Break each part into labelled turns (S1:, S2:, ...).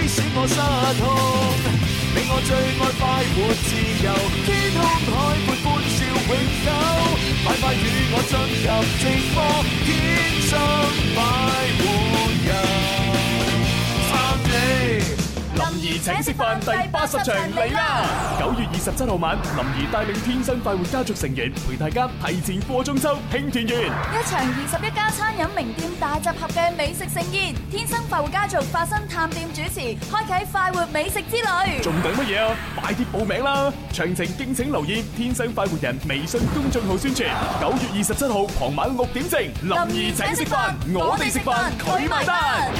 S1: 通。你我最愛快活自由，天空海闊歡笑永久。快快與我進入直播，天生快活人。生你。林兒請食飯第八十場嚟啦！九月二十七號晚，林兒帶領天生快活家族成員陪大家提前過中秋慶團圓。
S2: 一場二十一家餐飲名店大集合嘅美食盛宴，天生快活家族發生探店主持，開啟快活美食之旅。
S1: 仲等乜嘢啊？快啲報名啦！詳情敬請留意《天生快活人》微信公眾號宣傳。九月二十七號傍晚六點正，林兒請食飯，我哋食飯，佢埋單。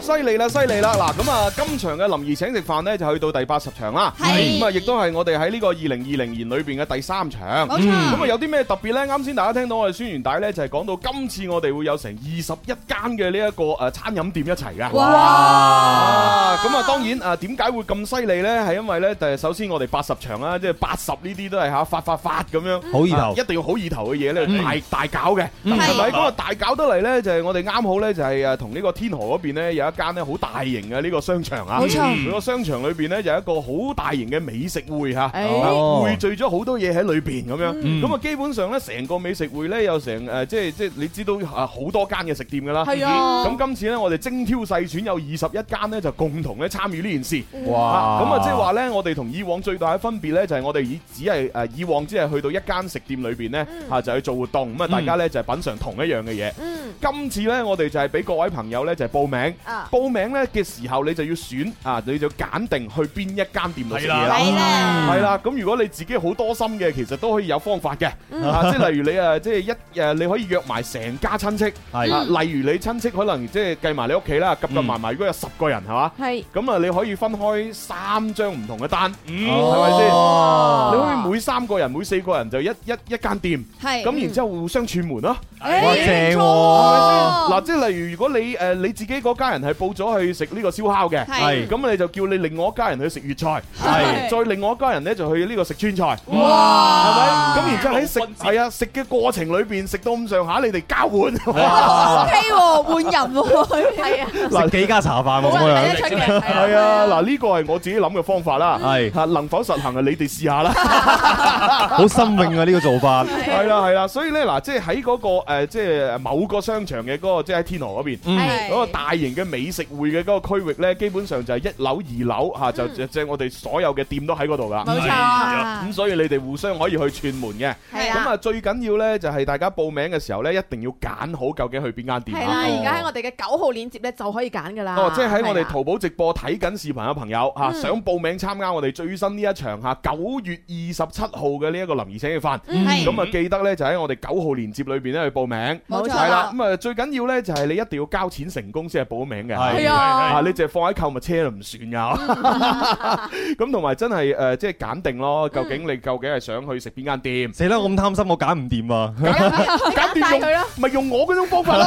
S3: 犀利啦，犀利啦！嗱，咁啊，今場嘅林兒請食飯呢，就去到第八十場啦。
S4: 係
S3: 咁啊，亦都係我哋喺呢個二零二零年裏邊嘅第三場。
S4: 冇錯
S3: 嗯咁啊，有啲咩特別呢？啱先大家聽到我哋宣傳帶呢，就係講到今次我哋會有成二十一間嘅呢一個誒餐飲店一齊㗎。哇！咁啊，當然啊，點解會咁犀利呢？係因為呢，就係首先我哋八十場啦，即係八十呢啲都係嚇發發發咁樣，
S5: 好意頭
S3: 啊一定要好意頭嘅嘢呢，大大搞嘅，係
S5: 嗯
S3: 咪？
S5: 係
S3: 咁啊，大搞得嚟呢，就係我哋啱好呢，就係誒啊同呢個天河嗰邊呢，有一間呢好大型嘅呢個商場啊，
S4: 冇錯
S3: 佢個商場裏邊呢，有一個好大型嘅美食會嚇，
S4: 哎
S3: 啊匯聚咗好多嘢喺裏邊咁樣，
S5: 嗯
S3: 咁啊基本上呢，成個美食會呢，有成誒即係即係你知道啊好多間嘅食店㗎啦，嗯
S4: 係啊
S3: 咁今次呢，我哋精挑細選有二十一間呢，就共同咧參與呢件事。
S5: 哇
S3: 啊咁啊，即係話呢，我哋同以往最大嘅分別呢，就係我哋以只係誒以往只係去到一間食店裏邊呢，嚇就去做活動，咁啊大家呢，就係品嚐同一樣嘅嘢。
S4: 嗯
S3: 今次呢，我哋就係俾各位朋友呢，就係報名
S4: 啊，
S3: 報名呢嘅時候你就要選啊，你就要揀定去邊一間店度食嘢啦。
S4: 係啦，
S3: 係啦，咁如果你自己好多心嘅，其實都可以有方法嘅，
S4: 嗯
S3: 啊，即係例如你啊，即係一誒，你可以約埋成家親戚，
S5: 係
S3: 啊，例如你親戚可能即係計埋你屋企啦，夾夾埋埋，如果有十個人係嘛，
S4: 係
S3: 咁啊，你可以分開三張唔同嘅單，
S5: 嗯
S3: 係咪先？
S4: 哦
S3: 你可以每三個人、每四個人就一一一間店，
S4: 係
S3: 咁然之後互相串門咯。
S5: 哇
S4: 誒
S5: 正
S4: 唔錯
S5: 喎
S3: 嗱，即係例如，如果你誒你自己嗰家人係報咗去食呢個燒烤嘅，
S4: 係
S3: 咁你就叫你另外一家人去食粵菜，
S4: 係
S3: 再另外一家人咧就去呢個食川菜，
S4: 哇
S3: 係咪？咁然之後喺食係啊食嘅過程裏邊食到咁上下，你哋交 換，
S4: O K 喎，換人喎，係 啊，
S5: 食幾家茶飯喎
S4: 冇
S5: 咁
S4: 人
S5: 樣
S4: 睇得。出嘅，
S3: 係啊，嗱呢個係我自己諗嘅方法啦，
S5: 係
S3: 嚇能否實行啊？你哋 試下啦。
S5: 好新穎啊！呢個做法，
S3: 係啦係啦，所以咧嗱，即係喺嗰個誒，即係某個商場嘅嗰個，即係喺天河嗰邊。
S4: 係
S3: 嗰個大型嘅美食會嘅嗰個區域咧，基本上就係一樓、二樓嚇，就就即係我哋所有嘅店都喺嗰度噶。
S4: 冇錯啊
S3: 咁，所以你哋互相可以去串門嘅。
S4: 係
S3: 咁
S4: 啊。
S3: 啊，最緊要咧就係大家報名嘅時候咧，一定要揀好究竟去邊間店
S4: 係
S3: 啊。
S4: 啦，而家喺我哋嘅九號鏈接咧就可以揀噶啦。
S3: 哦，即係喺我
S4: 啊
S3: 哋
S4: 係啦
S3: 淘寶直播睇緊視頻嘅朋友嚇，想報名參加我哋最新呢一場嚇九月二十七號嘅呢一個林兒請嘅飯，
S4: 係
S3: 咁啊記得咧就喺我哋九號連接裏邊咧去報名。
S4: 冇錯
S3: 係啦
S4: 啦，，
S3: 咁啊最緊要咧就係你一定要交錢成功先係報名嘅。
S5: 係
S4: 係
S3: 啊！
S4: 啊，
S3: 你淨係放喺購物車就唔算㗎，咁同埋真係誒，即係揀定咯。究竟你究竟係想去食邊間店？
S5: 死啦！我咁貪心，我揀唔掂啊！
S3: 揀
S4: 你揀晒
S3: 店
S4: 佢啦
S3: 用咪用我嗰種方法咯。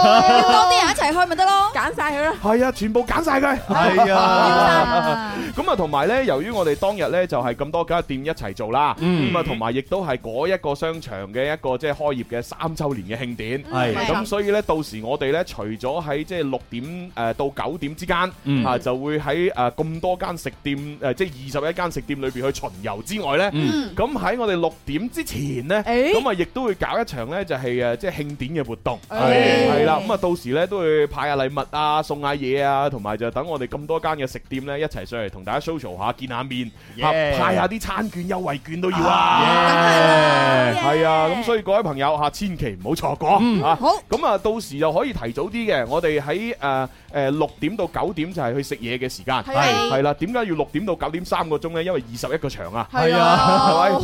S4: 揀晒佢啦。
S3: 係啊，全部揀晒 佢。
S5: 係 啊，
S3: 咁啊，同埋咧，由於我哋當日咧就係咁多間店一齊做啦，
S5: 嗯
S3: 咁啊，同埋亦都係嗰一個商場嘅一個即係開業嘅三週年嘅慶典。
S5: 係
S4: 係
S3: 咁所以咧，到時我哋咧，除咗喺即係六點誒、呃到九點之間，
S5: 嗯
S3: 啊就會喺誒咁多間食店誒、呃即係二十一間食店裏邊去巡遊之外咧，
S5: 嗯
S3: 咁喺、我哋六點之前咧，
S4: 誒
S3: 咁啊亦都會搞一場咧就係、誒即係慶典嘅活動，
S4: 誒
S3: 係啦，咁啊到時咧都會派下禮物啊，送下嘢啊，同埋就等我哋咁多間嘅食店咧一齊上嚟同大家 social 下，見下面，啊
S5: Yeah
S3: 派下啲餐券優惠券都要啊。
S5: 啊，
S3: 係啊，咁所以各位朋友吓，千祈唔好錯過吓。
S4: 好
S3: 咁 à, 啊，到時又可以提早啲嘅。我哋喺誒誒六點到九點就係去食嘢嘅時間，
S4: 係啊
S3: 係啦。點解要六點到九點三個鐘呢？因為二十一個場啊，
S4: 係啊，？
S3: 係咪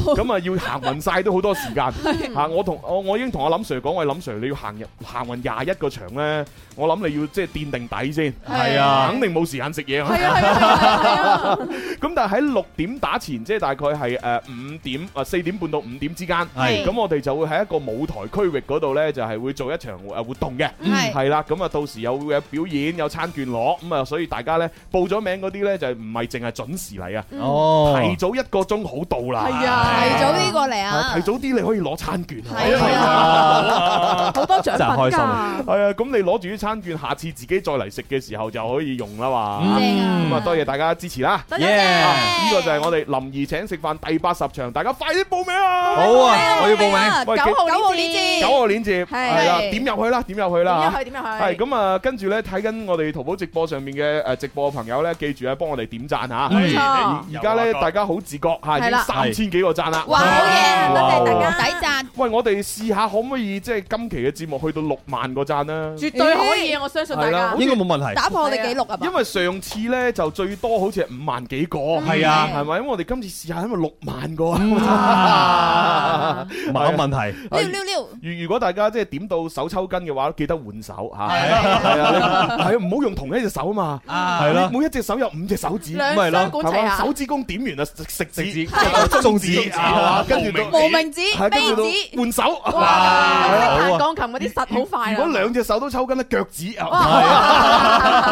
S3: 咁啊，要行運晒都好多時間嚇。我同我我已經同阿林 Sir 講，喂，林 Sir 你要行入行運廿一個場呢，我諗你要即係墊定底先，
S5: 係啊
S3: 肯定冇時間食嘢啊。
S4: 係啊，係啊，係啊，
S3: 咁但係喺六點打前，即係大概係誒五點啊四點半到五點之間，
S5: 係
S3: 咁我哋就會喺一個舞台區域嗰度呢，就係會做一場誒活動嘅，
S4: 係
S3: 係啦，咁啊到時有會有表演，有餐券攞，咁啊所以大家呢，報咗名嗰啲呢，就唔係淨係準時嚟啊，
S5: 哦，
S3: 提早一個鐘好到 啦，
S4: 係啊提早啲
S2: 過嚟
S3: 啊提早啲你可以攞餐券，
S2: 係啊
S5: 係啊，
S4: 好多獎
S5: 真係開
S4: 品
S5: 心啊
S4: 㗎。
S3: 啊係啊，咁你攞住啲餐券，下次自己再嚟食嘅時候就可以用啦嘛。
S5: 嗯
S2: 正啊
S3: 咁啊，多謝大家支持啦！
S5: 多謝耶
S3: 啊呢個就係我哋林兒請食飯第八十場，大家快啲報名啊！
S5: 好啊，我要報名。
S3: 喂，
S4: 九號
S3: 幾
S4: 九號鏈接
S3: 九號鏈接
S4: 係
S3: 係啦，點入去啦，點入去啦
S4: 點入去點入去
S3: 係咁啊，跟住咧睇緊我哋淘寶直播上面嘅呃誒直播嘅朋友咧，記住啊，幫我哋點讚嚇。
S5: 冇錯
S3: 而家咧，大家好自覺嚇，
S4: 係
S3: 已經
S4: 啦
S3: 三千幾個讚啦。
S6: 哇，好嘢，多謝大
S3: 哇
S6: 家，抵讚。
S3: 喂，我哋試下可唔可以即係今期嘅節目去到六萬個讚啦？
S4: 絕對可以啊！我相信大
S3: 係
S4: 家
S3: 啦。
S5: 應該冇問題。
S6: 打破我哋紀錄啊嘛
S3: 因！為上次咧就最多好似係五萬幾個，
S5: 係啊
S3: 係咪？因為我哋今次試下，因為六萬個
S5: 啊
S3: 啊。
S5: 冇問題。
S6: 溜溜溜，
S3: 如如果大家即係點到手抽筋嘅話，記得換手嚇，係啊，係啊，唔好用同一隻手嘛，
S5: 係咯，
S3: 每一隻手有五隻手指，
S4: 兩
S5: 咪係咯
S4: 雙管
S3: 係
S4: 齊
S3: 嘛？
S4: 下
S3: 手，指公點完啊，食 食
S5: 食
S3: 指，啊
S5: 指、中指
S3: 係嘛跟住到
S6: 無名指、
S3: 係跟住到
S6: 杯
S3: 換手，
S5: 哇
S3: 係啊
S5: 好
S4: 彈
S5: 啊
S4: 鋼琴嗰啲實好快
S3: 如
S4: 啦
S3: 果。兩隻手都抽筋咧，腳趾啊。
S4: 哇！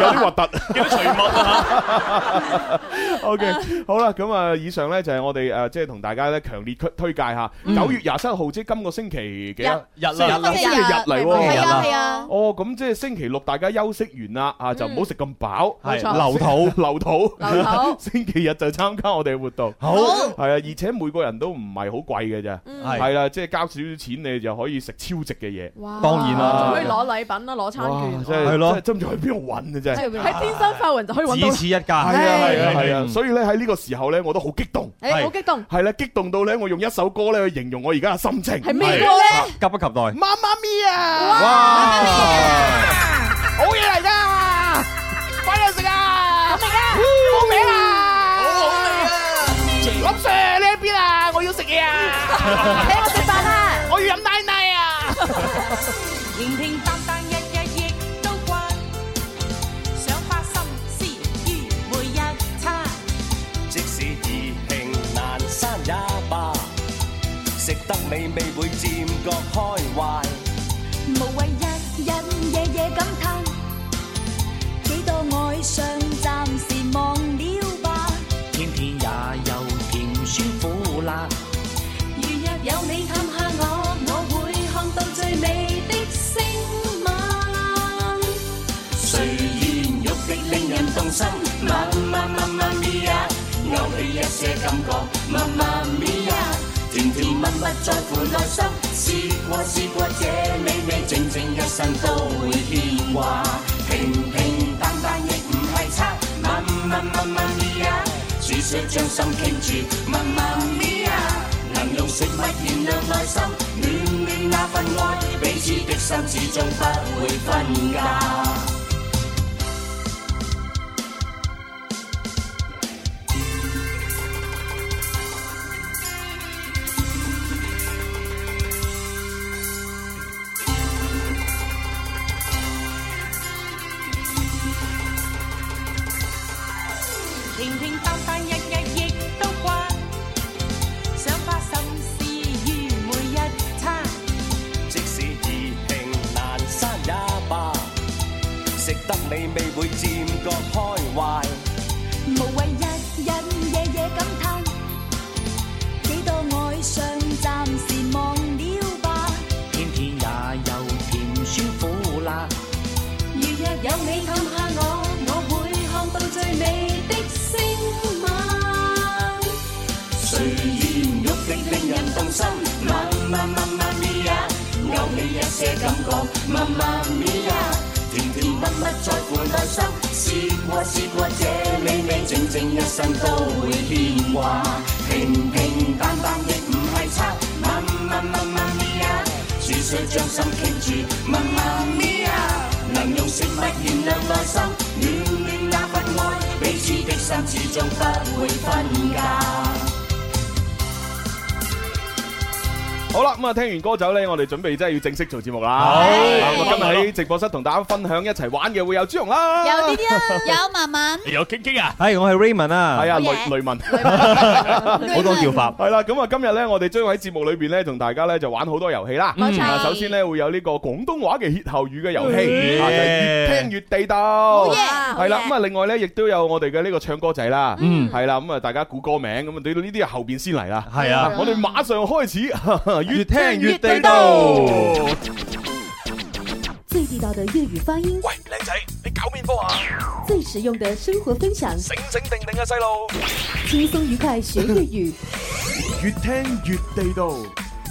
S3: 有啲核突，有啲除幕啊 OK，好啦，咁啊，以上咧就係我哋誒，即係同大家咧強烈推推介下。九月廿七號即係今個星期幾啊？
S5: 日啦，
S3: 星期日嚟
S5: 星期
S6: 係
S5: 日
S3: 喎。
S6: 啊係啊，
S3: 哦，咁即係星期六大家休息完啦，啊就唔好食咁飽，
S5: 係
S4: 冇錯
S5: 留肚。
S3: 留肚。
S4: 留肚
S3: 星期日就參加我哋嘅活動。
S5: 好
S3: 係啊，而且每個人都唔係好貴嘅啫，
S5: 係
S3: 係啦，即係交少少錢你就可以食超值嘅嘢。
S4: 哇
S5: 當然啦
S4: 仲可以攞禮品啦，啊攞餐券。
S3: 真係
S5: 係咯
S3: 真係真係唔知去邊度揾嘅真係。
S4: 喺天生快活人就可以揾到
S5: 只
S4: 啦。
S5: 此一家。
S3: 係啊係啊係啊，
S5: 嗯
S3: 所以咧喺呢個時候咧，我都好激動。
S4: 誒，好激動，
S3: 係啦，激動到咧，我用一首歌咧去形容我而家嘅心情。
S4: 係咩歌
S5: 係
S4: 咧？
S5: 急不及待。
S3: 媽媽咪啊！
S5: 哇！
S3: 好嘢嚟噶，快啲食啊！好味啊！好味啊！好好味啊！林 Sir 你喺邊啊？我要食嘢啊！
S6: 請我食飯啦！
S3: 我要飲奶奶啊！
S7: 平平淡淡日日亦都慣，想花心思於每一餐。
S1: 即使意興難生也罷，食得美味會漸覺開懷。
S8: 無謂日日夜夜感嘆，幾多愛上暫時忘了吧。
S7: 偏偏也有甜酸苦辣，
S8: 如若有你探下我，我會看到最美的星晚。
S7: 雖然肉的令人動心。媽媽媽媽咪呀，勾起一些感覺。媽媽咪呀，甜甜蜜蜜在乎內心。試過試過這美味，整整一生都會牽掛。平平淡淡亦唔係差。媽媽媽媽咪呀，只需將心傾注。媽媽咪呀，能用食物燃亮內心，暖暖那份愛，彼此的心始終不會分家。
S8: 平平淡淡日日亦都慣，想花心思於每一餐。
S1: 即使意興難生也罷，食得美味會漸覺開懷。
S8: 無謂日日夜夜感嘆，幾多愛上暫時忘了吧。
S7: 偏偏也有甜酸苦辣，
S8: 如若有你探下我，我會看到最美的星晚。
S7: 雖然肉的令人動心，媽媽媽媽咪呀，勾起一些感覺，媽媽咪呀，甜甜蜜蜜在乎內心，試過試過這美味，整整一生都會牽掛，平平淡淡亦唔係差，媽媽媽媽咪呀，只需將心傾注，媽媽咪呀，能用食物燃亮內心，暖暖那份愛，彼此的心始終不會分家。
S3: 好啦，咁啊，聽完歌走呢，我哋準備真係要正式做節目啦。
S5: 好
S3: 咁啊今日喺直播室同大家分享一齊玩嘅會有朱容啦，
S6: 有啲啲啦，有文文，
S5: 係，我係 Raymond 啊。
S3: 係啊，
S6: 好
S3: 雷
S6: 嘢
S3: 雷文。
S5: 好多叫法。
S3: 系啦，咁啊，今日咧，我哋將會喺節目裏边咧，同大家咧就玩好多遊戲啦。
S6: 冇錯
S3: 啊首先咧會有呢個廣東話嘅歇後語嘅遊戲，
S5: 嗯
S3: 啊就係越聽越地道。
S6: 嘢
S3: 係啦，咁啊，另外咧，亦都有我哋嘅呢個唱歌仔啦，
S5: 嗯
S3: 係啦，咁啊，大家估歌名，咁啊，到到呢啲後邊先嚟啦。
S5: 係啊
S3: 我哋馬上開始，
S5: 越聽
S3: 越
S5: 越
S3: 地
S5: 地
S3: 道
S5: 道。
S8: 最地道的粵語發音，
S1: 喂，靚仔，你搞面科啊？
S9: 最实用的生活分享，
S1: 醒醒定定嘅細路，
S9: 轻松愉快学粤语，
S1: 越聽越地道。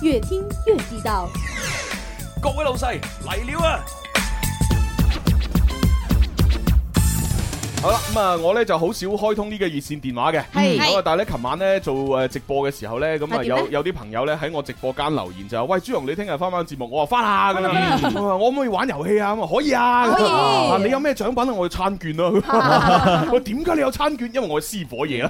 S9: 越听越地 道。
S1: 各位老細嚟了啊！
S3: 好啦，咁啊，我咧就好少開通呢個熱線電話嘅，
S6: 係
S3: 咁啊，但係咧，琴晚咧做誒直播嘅時候咧，咁啊
S6: 係點咧
S3: 有有啲朋友咧喺我直播間留言就話：喂，朱紅，你聽日翻唔翻節目？我話翻啊，咁樣，佢話我可唔可以玩遊戲啊？咁啊，可以啊，
S2: 可以
S3: 啊你有咩獎品啊？我去餐券啊！ 我點解你有餐券？因為我係私伙嘢啦。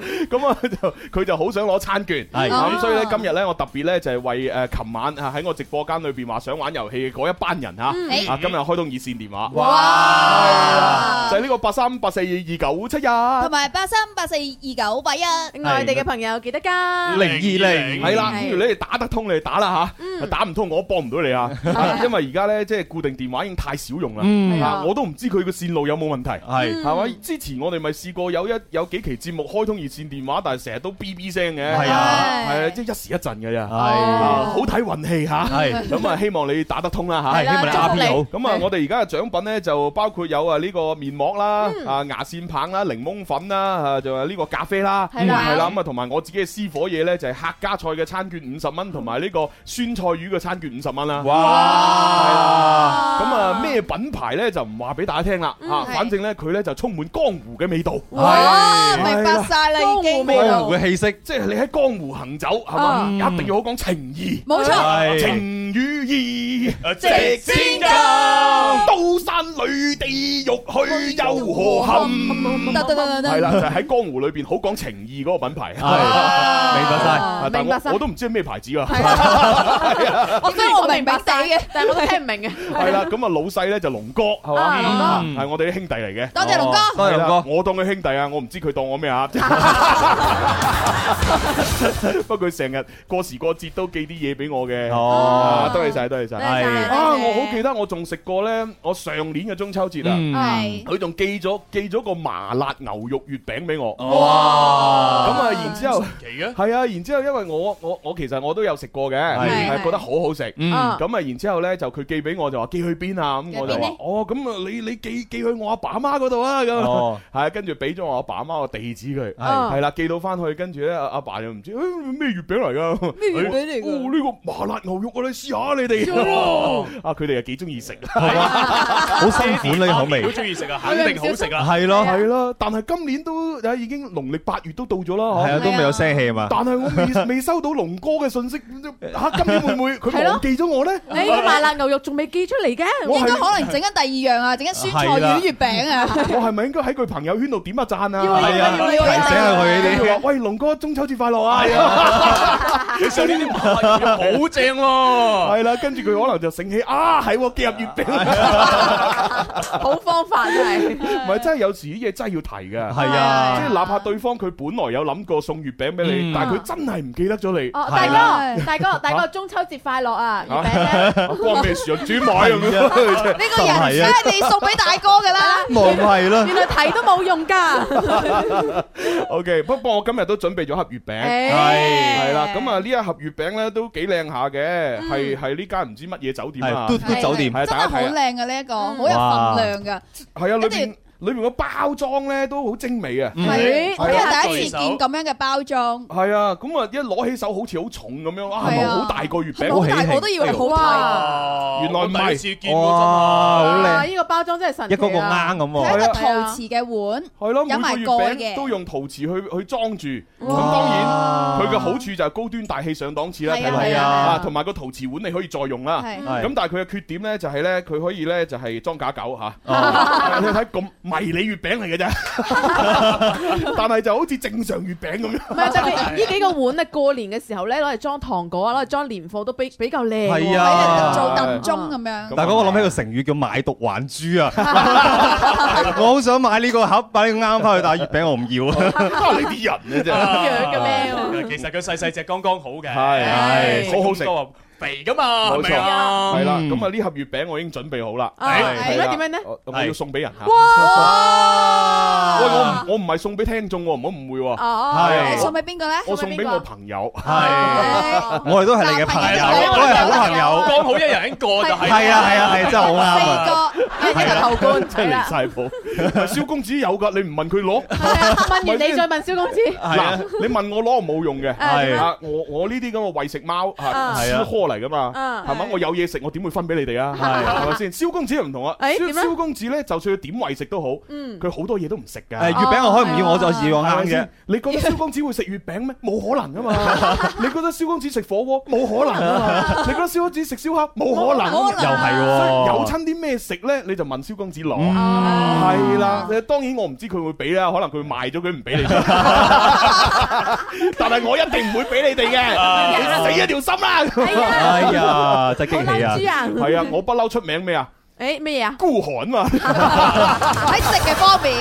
S3: 咁啊，就佢就好想攞餐券，
S5: 係
S6: 啊
S3: 咁所以咧今日咧我特別咧就係為誒琴晚啊喺我直播間裏邊話想玩遊戲嘅嗰一班人嚇，
S6: 嗯
S3: 啊今日開通熱線電話。
S6: 哇
S3: 就係呢個八三八四二九七一，
S6: 同埋八三八四二九八一，
S4: 內地嘅朋友記得加。
S5: 零二零。
S3: 係啦，
S4: 係
S3: 咁如果你哋打得通，你哋打啦
S4: 嗯
S3: 吓，打唔通我都幫唔到你啊，因為而家咧即係固定電話已經太少用啦，
S5: 嗯，
S4: 係啊。嗯
S3: 啊我都唔知佢個線路有冇問題。
S5: 係。
S3: 係咪？之前我哋咪試過有一有幾期節目開通熱線電話，但係成日都 B B 聲嘅，
S5: 係啊
S3: 係啊，即係一時一陣嘅咋，啊
S5: 係。
S4: 哦
S3: 好睇運氣吓。
S5: 係。
S3: 咁啊，希望你打得通啦吓。
S5: 係，希望你
S4: 祝福
S5: 啱
S4: 你。
S5: 好。
S3: 咁啊，我哋而家嘅獎品咧就包括有啊呢個面膜啦、啊牙線棒啦、檸檬粉啦、啊仲有呢個咖啡啦，
S4: 係啦
S3: 係啦咁啊，同埋我自己嘅私伙嘢咧就係客家菜嘅餐券五十蚊，同埋呢個酸菜魚嘅餐券五十蚊啦。
S5: 哇！
S3: 咁啊，咩品牌咧就唔話俾大家聽啦，啊，
S6: 係
S3: 反正咧佢咧就充滿江湖嘅味道，
S6: 哇，
S3: 係
S6: 明白晒啦已經，
S4: 江湖味道
S5: 江湖嘅氣息。
S3: 即係你喺江湖行走係嘛，
S5: 嗯
S3: 一定要好講情義。
S4: 冇錯，
S5: 係。
S3: 情與義，直千金。刀山裏地獄去又何憾？
S6: 得得得得
S3: 係
S6: 得，
S3: 啦，就係喺江湖裏邊好講情義嗰個品牌。
S5: 係，明白晒。
S3: 啊但
S4: 明白
S3: 我
S4: 晒
S3: 我。都唔知係咩牌子啊。
S6: 我覺得我明白晒嘅，
S4: 但係我都聽唔明嘅。
S3: 係啦，咁啊老細咧就龍哥係
S4: 啊龍
S3: 嘛，
S5: 哥
S3: 係我哋啲兄弟嚟嘅。
S6: 多謝龍哥，
S5: 多謝龍哥
S3: 係啦我當佢兄弟啊，我唔知佢當我咩啊。 不過佢成日過時過節都寄啲嘢俾我嘅。
S5: 哦
S3: 啊多謝晒，多謝晒。
S5: 係
S3: 啊！我好記得我仲食過咧，我上年嘅中秋節啊，
S5: 嗯。
S6: 係
S3: 佢仲寄咗寄咗個麻辣牛肉月餅俾我。咁
S5: 哇！
S3: 啊，然之後
S1: 奇嘅，
S3: 係啊，然之後因為我我我其實我都有食過嘅，
S5: 係
S3: 係覺得好好食。
S5: 嗯。
S4: 啊
S3: 咁啊，然之後咧就佢寄俾我就話寄去邊啊，咁我就
S6: 寄
S3: 話
S6: 邊呢
S3: 哦，咁啊你你寄寄去我阿爸阿媽嗰度啊，咁
S5: 哦，
S3: 係啊跟住俾咗我阿爸阿媽個地址佢，
S5: 係
S3: 係啦寄到翻去，跟住咧阿阿爸又唔知誒咩月餅嚟㗎，咩
S4: 月餅嚟㗎
S3: 哦呢個麻辣牛肉啊，你試下 你哋， 啊佢哋又幾中意食，
S5: 啊 好辛苦呢個口味。
S1: 都中意食啊，肯定好食啊！
S5: 係咯，
S3: 係啦，但係今年都啊已經農曆八月都到咗啦，嗬
S5: 係啊，都未有聲氣嘛。
S3: 但 係我未未收到龍哥嘅信息，嚇今年會唔會
S4: 係
S3: 佢
S4: 咯
S3: 忘記咗我咧？
S4: 你個麻辣牛肉仲未寄出嚟嘅，
S3: 我
S6: 應該
S3: 係
S6: 可能整緊第二樣啊，整緊酸菜魚月餅啊，
S3: 我係咪應該喺佢朋友圈度點個讚啊？
S4: 要啊
S5: 係啊，
S4: 要啊，要啊，
S5: 提醒下佢呢啲。
S3: 佢話：喂，龍哥，中秋節快 樂啊！
S1: 你上呢啲麻辣嘢好正喎，
S3: 係啦，跟住佢可能就醒起啊，係喎，夾月
S5: 啊
S3: 餅，啊
S4: 好方法真啊係。
S3: 唔係真係有時啲嘢真係要提嘅。即
S5: 係啊，
S3: 係哪怕對方佢本來有諗過送月餅俾
S5: 嗯
S3: 你，但係佢真係唔記得咗你，
S4: 哦，
S5: 係啊
S4: 大哥，大哥，大哥，中秋節快樂啊！月
S3: 啊
S4: 餅咧，
S3: 啊 關咩事啊？轉買咁樣，
S6: 呢個人
S5: 啊
S6: 梗係你送俾大哥噶啦，
S5: 冇，係咯。
S4: 原來提都冇用㗎。
S3: OK，不過我今日都準備咗盒月餅。
S5: 係
S3: 係啦，咁啊呢一盒月餅咧都幾靚下嘅，係係呢間唔知乜嘢酒店啊，
S5: 係，嘟-嘟酒店。
S3: 係啊
S6: 真
S3: 大家
S6: 係
S3: 睇
S6: 好
S3: 啊
S6: 靚嘅呢一個，
S2: 嗯
S6: 好有份量噶，
S3: 係啊，裏
S6: 跟住
S3: 邊裏邊個包裝咧都好精美啊。啊
S5: 嗯
S4: 係
S6: 我係第一次見咁樣嘅包裝，
S3: 係啊，咁啊一攞起手好似好重咁樣啊，係
S6: 係
S3: 咪
S6: 啊
S3: 好大個月
S5: 好
S3: 餅？
S5: 喜
S6: 好
S5: 慶
S6: 大我都以為好睇，
S4: 哇！
S1: 原
S3: 來唔係
S1: 第一次見
S5: 哇，
S1: 喎，
S5: 好靚。
S4: 哇！呢個包裝真係神奇啊
S5: 一個個啱咁喎。
S6: 係一
S3: 係啊
S6: 個陶瓷嘅碗，
S3: 係咯，
S6: 有
S3: 每個
S6: 埋
S3: 月
S6: 蓋
S3: 餅
S6: 嘅
S3: 都用陶瓷去去裝住。咁
S4: 哇
S3: 當然佢嘅好處就係高端大氣上檔次啦，
S6: 係啊
S3: 睇落
S5: 係啊
S3: 啊，同埋個陶瓷碗你可以再用啦。
S6: 係
S5: 係
S3: 咁但係佢嘅缺點咧就係咧，佢可以咧就係裝假狗嚇。
S5: 哦，
S3: 你睇咁迷你月餅嚟嘅啫， 但係就好似正常月餅咁
S4: 唔
S3: 樣。
S4: 係 特別呢幾個碗啊，過年嘅時候咧攞嚟裝糖果啊，攞嚟裝年貨都比比較靚喎。
S5: 係
S6: 俾
S5: 啊
S6: 人做燉盅咁樣，
S5: 但係嗰個我諗起個成語叫買櫝還珠啊。 我好想買呢個盒，買呢個啱返去，但係月餅我唔要啊。
S3: 啊你啲人嘅啫，
S4: 咁樣嘅咩？
S1: 其實佢細細只剛剛好嘅，
S3: 啊係
S4: 係
S1: 食咁
S3: 好好食
S1: 多啊，
S10: 備噶嘛，係
S3: 冇錯，
S10: 咪啊？
S3: 係啦，咁啊呢盒月餅我已經準備好啦。
S10: 啊
S3: 係
S10: 點咧
S3: 啦
S10: 點樣咧
S3: 我我要送俾人嚇。
S6: 哇！
S3: 喂，我唔我唔係送俾聽眾喎，唔好誤會喎。
S6: 哦，
S3: 係
S6: 送俾邊個咧？
S3: 我送俾我朋友，系
S5: 我哋都係你嘅朋友，
S3: 男朋友
S5: 我係好朋友，
S10: 剛好一人一個就係
S5: 係啊係啊係真係好啱啊！
S4: 一一個頭冠， 係
S3: 真係
S4: 啦
S3: 離。晒譜。蕭公子有㗎，你唔問佢攞。
S4: 問完你再問蕭公子。
S3: 嗱，你問我攞冇用嘅，
S4: 啊點啊
S3: 啊，我我呢啲咁嘅喂食貓
S4: 啊
S3: 啊，吃貨嚟噶嘛，
S4: 啊
S3: 係咪？我有嘢食，我點會分俾你哋啊？
S5: 係
S3: 係咪先？蕭公子又唔同啊，
S4: 誒
S3: 蕭
S4: 點啊
S3: 蕭公子咧，就算佢點喂食都好，
S4: 嗯
S3: 佢好多嘢都唔食㗎。啊
S5: 誒月餅我可以唔要，我就以我
S3: 係咪
S5: 啱嘅
S3: 先。你 覺得蕭公子會食月餅咩？冇可能噶嘛！你覺得蕭公子食火鍋冇可能 噶嘛？你覺得蕭公子食燒烤冇可能㗎嘛，
S5: 又係喎嗯
S3: 所以有親啲咩食咧，你就問蕭公子攞。係啦，誒當然我唔知佢會俾啦，可能佢賣咗佢唔俾你食。但係我一定唔會俾你 哋嘅，你死一條心啦！
S5: 哎 呀，真激
S4: 好
S5: 氣啊
S4: 嬲！豬啊！
S3: 係啊，我不嬲出名咩啊？
S4: 誒咩嘢啊？
S3: 孤 寒嘛，
S6: 喺食嘅方面，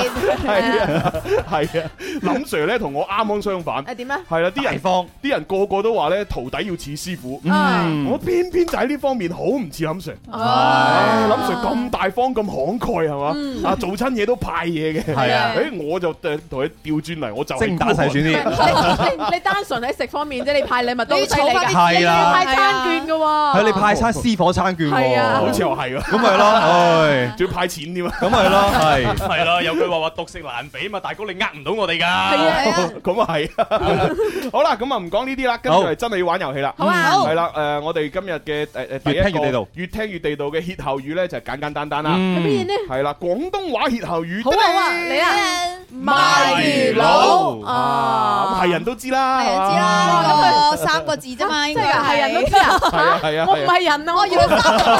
S3: 係啊，係啊，林 Sir 咧同我啱啱相反。
S4: 誒點啊？
S3: 係啦，啲
S5: 大
S3: 人
S5: 方，
S3: 啲人個個都話咧，徒弟要似師傅。
S5: 嗯，
S3: 我偏偏就喺呢方面好唔似林 Sir，唉
S5: 係
S3: 林 Sir 咁大方咁慷慨係嘛，啊做親嘢都派嘢嘅，
S5: 係啊
S3: 誒我就誒同佢調轉嚟，我就係
S5: 精打細算啲。
S4: 你你你單純喺食方面啫，你派禮物都好犀利
S6: 你要
S5: 啲
S6: 儲返
S4: 㗎，
S5: 錢
S4: 你要派
S6: 係啊
S4: 餐券㗎喎。
S5: 係你派餐私火餐券
S4: 係啊
S5: 喎，
S3: 好似又係啊，
S5: 咁咪咯，唉，
S3: 仲要派錢添啊，
S5: 咁 咪咯，係
S10: 係啦，有句話話獨食難肥嘛，大哥你呃唔到我哋
S4: 係
S10: 㗎。
S4: 啊係啊。
S3: 咁啊係，好啦，咁啊唔講呢啲啦，跟住
S5: 好
S3: 係真係要玩遊戲啦。嗯
S4: 好啊好
S3: 係啦，誒我哋今日嘅誒誒第
S5: 越
S3: 一
S5: 聽
S3: 個
S5: 越地道
S3: 越聽越地道嘅歇後語咧就係簡簡單單啦，
S4: 係咩嘢
S5: 嗯，
S4: 呢？
S3: 係啦，廣東話歇後語。
S4: 好啊好啊，你啊！
S6: 賣魚佬
S3: 啊，
S4: 啊
S3: 咁係人都知啦，
S6: 係啊，知
S3: 係嘛
S6: 啦， 呢個三個字啫嘛，應
S4: 真
S6: 該
S4: 啊
S6: 哦
S4: 係㗎，係人都知啊！
S3: 係啊係啊
S4: 我唔係人啊，我以為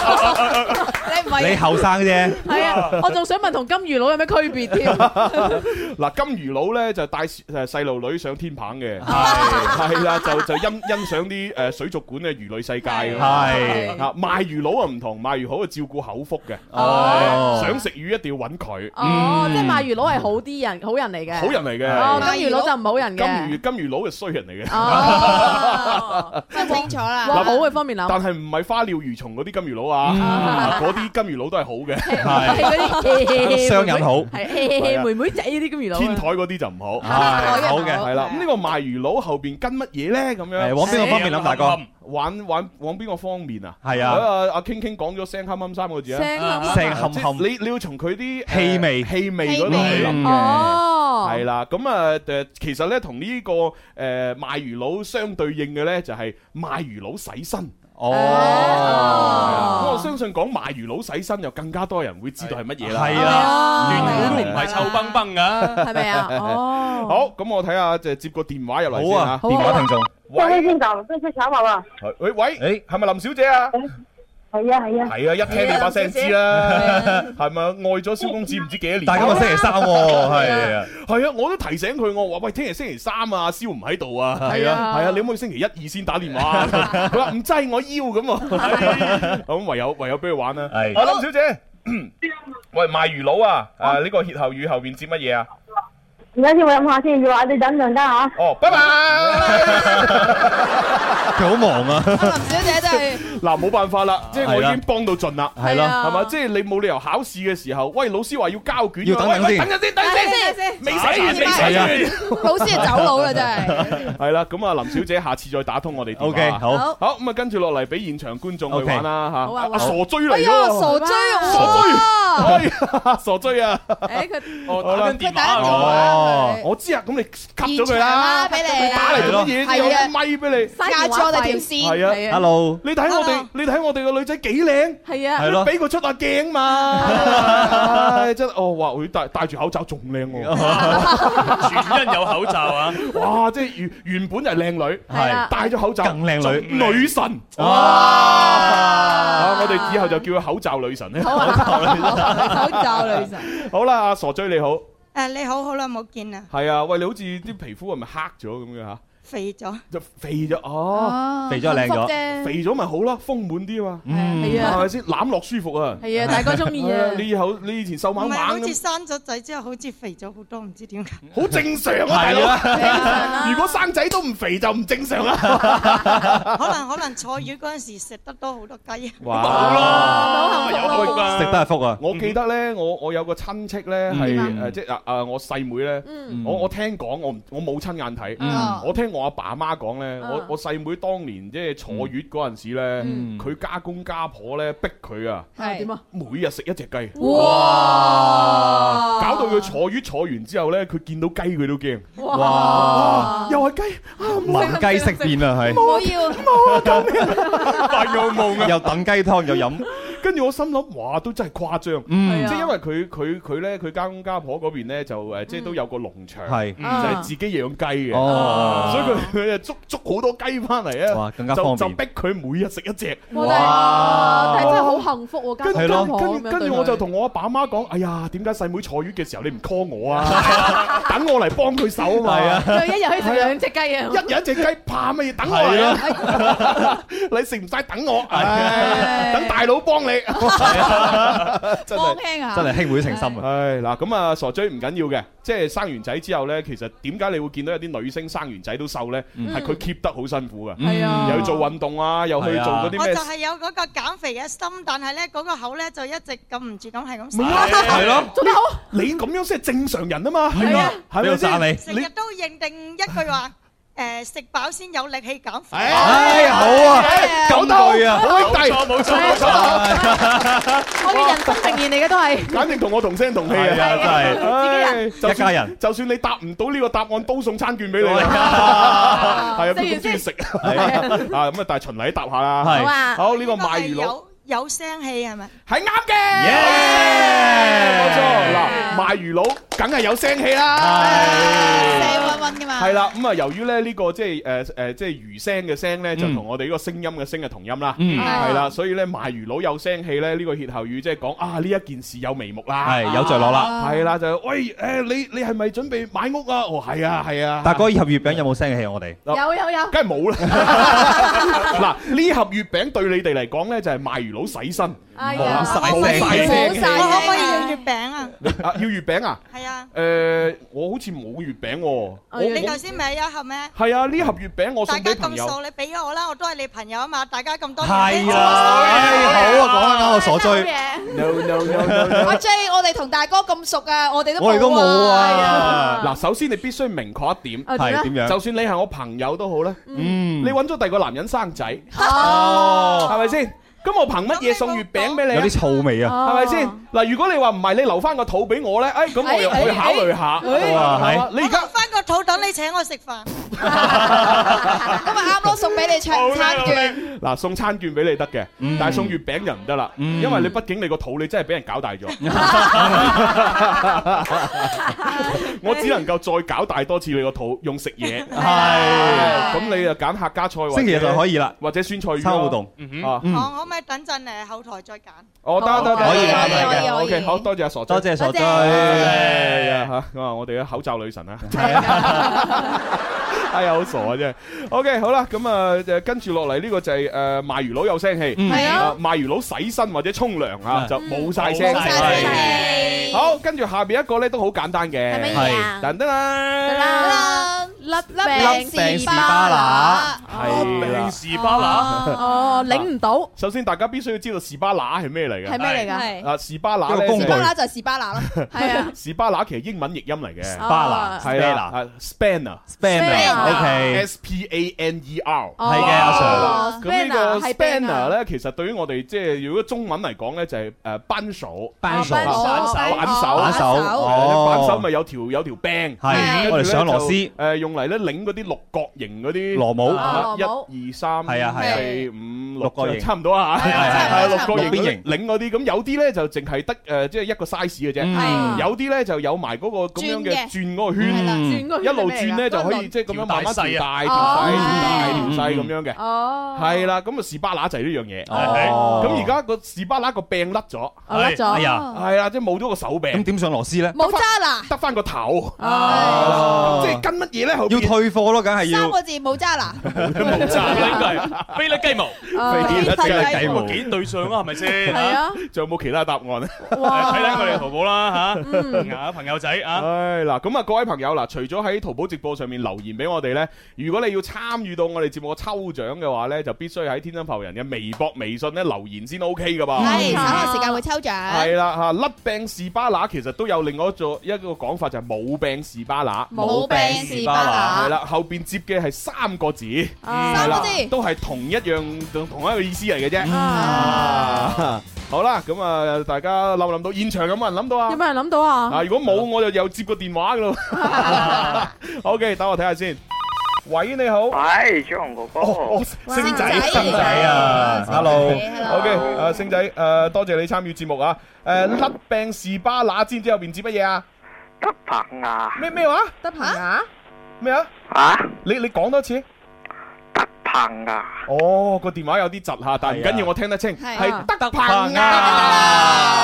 S6: 你唔係
S5: 你後生啫，
S4: 係啊，我仲想問同金魚佬有咩區別添？
S3: 嗯 嗱，金魚佬咧就帶誒細路女上天棚 嘅，
S5: 係
S3: 係啦，就就欣欣賞啲誒水族館嘅魚類世界咁。
S5: 係
S3: 啊，賣魚佬啊唔同，賣魚佬啊照顧口福嘅，
S5: 哦
S3: 想食魚一定要揾佢，
S4: 哦，即係賣魚佬係好啲人，好人嚟嘅。
S3: 好人嚟
S4: 哦，
S3: 嘅。
S4: 金魚佬就唔好人
S3: 金
S4: 嘅。
S3: 魚金魚佬係衰人嚟嘅，
S4: 哦，
S6: 真係清楚啦。
S4: 往好嘅方面諗，
S3: 但係唔係花鳥魚蟲嗰啲金魚佬啊，嗰啲金魚佬都係好嘅，
S5: 係
S4: 係嗰啲
S5: 商人好
S4: 係妹妹仔呢啲金魚佬啊。
S3: 天台嗰啲就唔 好。
S5: 係好嘅，
S3: 係啦，咁呢個賣魚佬後邊跟乜嘢呢？咁
S5: 誒
S3: 樣
S5: 往邊個方面諗，大哥？
S3: 玩玩往邊個方面啊？
S5: 係
S3: 啊
S5: 啊，
S3: 阿傾傾講咗聲冚冚三個字啊。
S4: 聲啊
S5: 聲冚
S3: 即係
S5: 冚，
S3: 你你要從佢啲呃
S5: 氣味
S3: 氣味嗰度去諗。
S5: 嘅，
S4: 哦，
S3: 係啦，咁啊誒，其實咧同呢個誒賣魚佬相對應嘅咧，就係賣魚佬洗身。
S5: 哦，
S3: 咁我相信講賣魚佬洗身，就更加多人會知道係乜嘢啦。
S5: 係
S4: 係
S5: 啊，
S4: 啊，
S10: 原本都唔係臭崩崩㗎。
S4: 係咪啊？哦，
S3: 好，咁我睇下就接個電話入嚟
S5: 好
S3: 先
S5: 啊，
S3: 嚇。
S5: 電話聽眾，
S3: 喂
S11: 先生，這是小寶啊，
S3: 喂喂，係咪林小姐啊？
S11: 係啊係啊，
S3: 係啊，一聽你把聲知啦，係咪愛咗蕭公子唔知幾多年？
S5: 但係今日星期三喎，係啊，
S3: 係啊，我都提醒佢，我話喂，聽日星期三啊，蕭唔喺度啊，
S4: 係啊
S3: 係啊，你可唔可以星期一二先打電話啊？佢話唔制，我要咁啊，咁唯有唯有俾佢玩啦。
S5: 係
S3: 阿林小姐， 喂，賣魚佬啊，啊呢個歇後語後邊接乜嘢啊？
S11: 唔緊要，我飲下先，要話你等陣得嚇。
S3: 哦，拜拜。
S5: 佢好 忙啊，
S6: 阿林小姐真係
S3: 嗱，冇辦法啦，即係我已經幫到盡啦。
S5: 係咯，
S3: 係嘛？即係你冇理由考試嘅時候，喂，老師話要交卷㗎，
S5: 要
S3: 啊
S5: 等等
S3: 喂喂
S5: 先
S3: 等陣先，等陣先，
S4: 先先，
S3: 未寫完，未
S5: 係
S3: 寫
S5: 啊
S3: 完。
S6: 老師就走佬啦，真係。
S3: 系啦，咁啊，林小姐下次再打通我哋電話
S5: OK，好
S4: 好
S3: 好咁啊，跟住落嚟俾現場觀眾去
S5: OK
S3: 玩啦吓，
S4: 好啊好啊
S3: 阿傻追
S6: 哎
S3: 嚟
S6: 呀，
S3: 咯，
S6: 傻追
S4: 哇
S6: 我，
S3: 哎呀傻追啊！
S4: 誒佢。
S10: 哦，打緊
S6: 佢
S10: 電
S6: 打
S10: 話
S6: 緊電
S10: 喎。
S6: 話
S5: 哦
S6: 佢
S3: 我知啊，咁你吸咗
S6: 現場
S3: 佢啦
S6: 啦，，俾你
S3: 打嚟
S6: 啦，
S3: 做乜嘢？
S6: 係啊
S3: 有個咪俾你，
S6: 隔住我哋條
S3: 係
S6: 線。
S3: 啊，
S4: 係啊，
S5: ，hello，
S3: 你睇我哋，你睇我哋個女仔幾靚，
S4: 係啊，
S5: 係咯
S3: 俾佢出下鏡 嘛，唉真係哦，哇，佢戴戴住口罩仲靚 喎，
S10: 全因有口罩啊！
S3: 哇，即係原原本就係靚女，
S4: 係啊
S3: 戴咗口罩
S5: 更靚女
S3: 仲女神，啊，我哋以後就叫佢口罩女神咧。
S6: 口罩女神，
S3: 好啦，阿傻追你好，
S11: 誒你好，好耐冇見啦，
S3: 係啊，喂，你好似啲皮膚係咪黑咗咁嘅吓？
S6: 肥咗。
S3: 就肥咗哦
S6: 啊，肥咗就靚咗幸福啫
S3: 肥咗咪好咯，豐滿啲嘛，
S6: 係啊
S3: 係咪先攬落舒服啊？
S6: 係啊大哥鍾意啊
S3: 係你以後你以前瘦
S6: 唔
S3: 蜢
S6: 係，好
S3: 蜢
S6: 似
S3: 咁，
S6: 生咗仔之後，好似肥咗好多，唔知點解。
S3: 好正常啊，大佬。如果生仔都唔肥就唔正常啦。
S6: 可能可能坐月嗰陣時食得多好多雞。
S3: 哇
S6: 好幸福
S3: 有福啊
S5: 食得係福啊！嗯
S3: 我記得咧，我我有個親戚咧係誒，即係啊啊，我細妹咧，我我聽講，我唔我冇親眼
S5: 嗯
S3: 睇，我聽我阿爸媽講咧，我我細妹當年即係坐月嗰陣時咧，
S5: 嗯
S3: 佢家公家婆咧逼佢啊，
S4: 係點啊？
S3: 每日食一隻雞，
S4: 哇
S3: 搞到佢坐月坐完之後咧，佢見到雞佢都驚，
S5: 哇
S3: 又係雞，
S5: 聞雞色變啊， 係
S3: 冇
S2: 要
S3: 冇啊救命啊！發噩夢啊！
S5: 又等雞湯又飲，
S3: 跟住我心諗，哇，都真係誇張，
S5: 嗯
S3: 即係因啊為佢佢佢咧，佢家公家婆嗰邊咧就
S4: 嗯
S3: 誒，即係都有個農場，
S5: 係
S3: 嗯就係自己養雞嘅，
S5: 哦
S3: 所以佢佢就捉捉好多雞翻嚟
S5: 哇
S3: 啊，
S5: 更加
S3: 就
S5: 方便
S3: 就逼佢每日食一隻，
S4: 哇但係但係哦真係好幸福喎，
S3: 跟
S4: 家
S3: 跟
S4: 公婆
S3: 跟
S4: 咁樣
S3: 跟
S4: 對
S3: 住我就
S4: 佢
S3: 同我阿爸媽講：哎呀，點解細妹坐月嘅時候你唔 call 我 啊？等我嚟幫佢手啊嘛！
S5: 係啊
S4: 佢一日可以食兩隻雞啊！
S3: 一日一隻雞怕乜嘢？等我嚟啊！你食唔晒等我，唉等大佬幫你。真係
S6: 輕下
S5: 啊真係兄妹情深啊！
S3: 唉，嗱咁啊，傻追唔緊要嘅，即係生完仔之後呢，其實點解你會見到有啲女星生完仔都瘦呢？
S5: 嗯
S3: 係佢 keep 得好辛苦噶，
S5: 係啊
S3: 又要做運動啊，又去做嗰啲
S6: 我
S3: 咩
S6: 就？係有嗰個減肥嘅心，但係咧嗰個口咧就一直撳唔住咁係咁食。
S3: 係
S5: 咯
S3: 做得好！你咁樣先係正常人啊嘛，係啊，係咪
S5: 邊
S3: 先
S5: 度？
S6: 成日都認定一句話，誒食飽先有力氣減肥。
S5: 哎，好啊，
S3: 九
S5: 金句啊，
S3: 好兄弟，
S10: 冇錯冇錯冇錯
S4: 我哋人生名言嚟嘅都係。
S3: 簡直同我同聲同氣
S5: 係啊真係
S3: 啊！
S5: 自己人一家人。
S3: 就算你答唔到呢個答案，都送餐券 俾你啊！係啊，佢咁中意食 啊！咁啊，但係循例答下啦。
S5: 係好
S6: 啊
S3: 好呢個賣
S6: 係
S3: 魚佬。
S6: 有有聲氣係咪？
S3: 係啱嘅，冇錯。嗱，賣魚佬梗係有聲氣啦，
S6: 混混㗎嘛。
S3: 係啦。咁啊，由於咧呢個即係誒誒，即係魚聲嘅聲咧，就同我哋呢個聲音嘅聲係同音啦，
S5: 嗯
S3: 係啦。所以咧賣魚佬有聲氣咧，呢個歇後語即係講啊呢一件事有眉目啦，啊
S5: 係有着落啦
S3: 係啦就喂誒你你係咪準備買屋啊？哦係啊係啊，
S5: 大哥，以後月餅有冇聲氣啊？我哋
S4: 有有有，
S3: 梗係冇啦。嗱呢盒月餅對你哋嚟講咧就係賣魚佬洗身，
S6: 哎
S5: 呀
S3: 冇晒
S5: 冇晒
S3: 聲氣
S6: 我可唔可以要月餅啊？
S3: 啊，要月餅啊？
S6: 係啊。
S3: Ờ, 誒，我好似冇月餅喎。我
S6: 哦你頭先咪有盒咩？
S3: 係啊，呢盒月餅我
S6: 大
S3: 送
S6: 家
S3: 俾朋
S6: 咁
S3: 友。
S6: 傻，你俾咗我啦，我都係你朋友啊嘛，大家咁多
S5: 係
S3: à.
S5: 啦，哎好啊，講得啱我傻追，
S3: No no no no, no。
S6: 阿 J，我哋同大哥咁熟啊，我哋
S3: 啊我哋都冇啊！
S6: 係
S3: 嗱，首先你必須明確一點，
S6: 啊點咧係點
S5: 樣
S3: 就算你係我朋友都好啦，
S5: 嗯
S3: 你揾咗第二個男人生仔，
S5: 哦
S3: 係咪先？咁我憑乜嘢送月餅俾你
S5: 有
S3: 啊？
S5: 啲醋味啊！
S3: 係咪先？嗱，如果你話唔係，你留翻個肚俾我咧，誒，咁我又
S6: 哎
S3: 可以考慮下。
S5: 哎哎
S3: 哦係嘛你而家
S6: 翻個肚等你請我食飯，咁咪啱咯，送俾你餐餐券。
S3: 嗱，送餐券俾你得嘅，
S5: 嗯
S3: 但係送月餅就唔得啦，因為你畢竟你個肚你真係俾人 搞大咗， 我只能夠再搞大多次你個肚，用食嘢。係，咁你就揀客家菜或者
S5: 星期日就可以啦，
S3: 或者酸菜魚
S5: 餐
S3: 咯
S5: 活動嗯
S3: 啊，
S6: 我哦可唔可以等陣誒後台再揀？
S3: 哦得得得，
S5: 可以
S3: 得
S5: 可以可以
S3: 得
S5: 可以
S3: OK，好多謝阿傻，
S5: 多謝傻
S3: 仔
S5: 仔
S3: 哎呀嚇，咁啊我哋嘅口罩女神啊。哎呀，好傻啊真係。OK，好啦，咁啊，就跟住落嚟呢個就係誒賣魚佬有聲氣，
S5: 嗯係啊，
S3: 賣魚佬洗身或者沖涼啊，
S5: 嗯
S3: 就冇晒聲
S5: 冇晒聲
S3: 氣。好，跟住下邊一個咧都好簡單嘅，
S5: 係乜嘢啊
S3: 等等啦，
S4: 啦，甩
S5: 粒
S4: 病
S5: 病士巴拿，
S4: Ờ.
S3: 係啦，士巴拿。
S4: 哦，領唔到。
S3: 首先，大家必須要知道士巴拿係咩嚟嘅？
S4: 係咩嚟㗎係
S3: 啊，士巴拿
S5: 一個
S3: 咧
S5: 工具士巴拿
S6: 就係士巴拿咯，
S4: 係啊。
S3: 士巴拿其實英文譯音嚟嘅，
S5: Spanner，
S3: 係啦啊
S5: Spanner，OK
S3: ，spanner，spanner，OK，S P A N E R，
S5: 係嘅阿 Sir
S3: 咁呢個
S4: Spanner，係
S3: spanner 咧，其實對於我哋即係如果中文嚟講咧，就係誒扳手，
S5: 扳手扳
S3: 扳
S5: 手
S3: 手，扳手，
S5: 扳手哦
S3: 扳手咪有條有條柄，
S5: 係
S3: 跟住
S5: 我哋
S3: 咧
S5: 上螺
S3: 就
S5: 絲
S3: 誒用嚟咧擰嗰啲六角形嗰啲
S5: 螺母
S3: 啊
S5: 啊
S3: 一二三，
S5: 係啊係啊
S3: 四五
S5: 六角形
S3: 差唔多啊，
S5: 係啊係啊
S3: 係啊六角形
S5: 六邊形
S3: 擰嗰啲，咁有啲咧就淨係得誒即係一個 size 嘅啫，
S5: 係
S3: 有啲咧就有埋嗰個咁樣嘅
S5: 轉嘅
S3: 轉嗰個圈
S5: 係啦轉嗰，個
S3: 一
S5: 圈係
S3: 路
S5: 咩嚟
S3: 轉
S5: 㗎
S3: 咧就可
S5: 嗰個
S3: 以即係咁樣
S5: 輪
S3: 慢慢
S5: 調大
S3: 調
S5: 細啊
S3: 大調大調大
S5: 哦
S3: 調細咁樣嘅。
S4: 哦，
S3: 係啦，咁啊士巴拿就係呢樣嘢。
S5: 哦
S3: 咁而家個士巴拿個柄甩咗，
S5: 甩咗哎呀
S3: 係啦，即係冇咗個手柄
S5: 咁，點上螺絲咧？
S3: 冇揸啦，得翻個頭，
S5: 哦
S3: 即係跟乜嘢咧？後
S12: 要退貨咯，梗係要
S6: 三。 個字冇渣拿，
S3: 冇
S10: 炸應該係飛甩雞毛，
S6: 啊飛甩雞毛
S10: 雞毛幾對上啊？係咪先？
S6: 係啊！
S3: 仲有冇其他答案咧？
S10: 睇睇啊我哋淘寶啦
S3: 嗯
S10: 嚇，啊朋友仔啊，
S3: 唉，嗱，咁啊，各位朋友嗱，除咗喺淘寶直播上面留言俾我哋呢，如果你要參與到我哋節目嘅抽獎嘅話呢，就必須喺天生浮人嘅微博、微信咧留言先 OK 噶噃。
S6: 係稍後時間會抽獎。
S3: 係啦吓，甩病士巴拿其實都有另外一座一個講法就係冇病士巴拿，
S6: 冇病士巴拿
S3: 係啦，後邊接嘅係三個字，
S6: 啊
S3: 係啦
S6: 三個字嗯
S3: 都係同一樣同同一個意思嚟嘅啫。啊好啦，咁啊，大家諗唔諗到？現場有冇人諗到啊？
S4: 有冇人諗到啊？
S3: 啊，如果冇我就又接個電話噶咯。OK，等我睇 下先。喂，你好。喂，朱紅哥哥。哦，星仔，星仔啊，hello。OK，啊，星仔，誒，多謝你參與節目啊。誒，甩病士巴拿，知唔知後邊指乜嘢啊？得棚牙。咩咩話？
S4: 得棚牙？
S3: 咩啊？啊？你你講多次。得棚牙。哦，個電話有啲窒下，但係唔緊要，我聽得清，
S10: 係
S3: 係啊得
S10: 棚
S3: 棚牙。
S5: 啊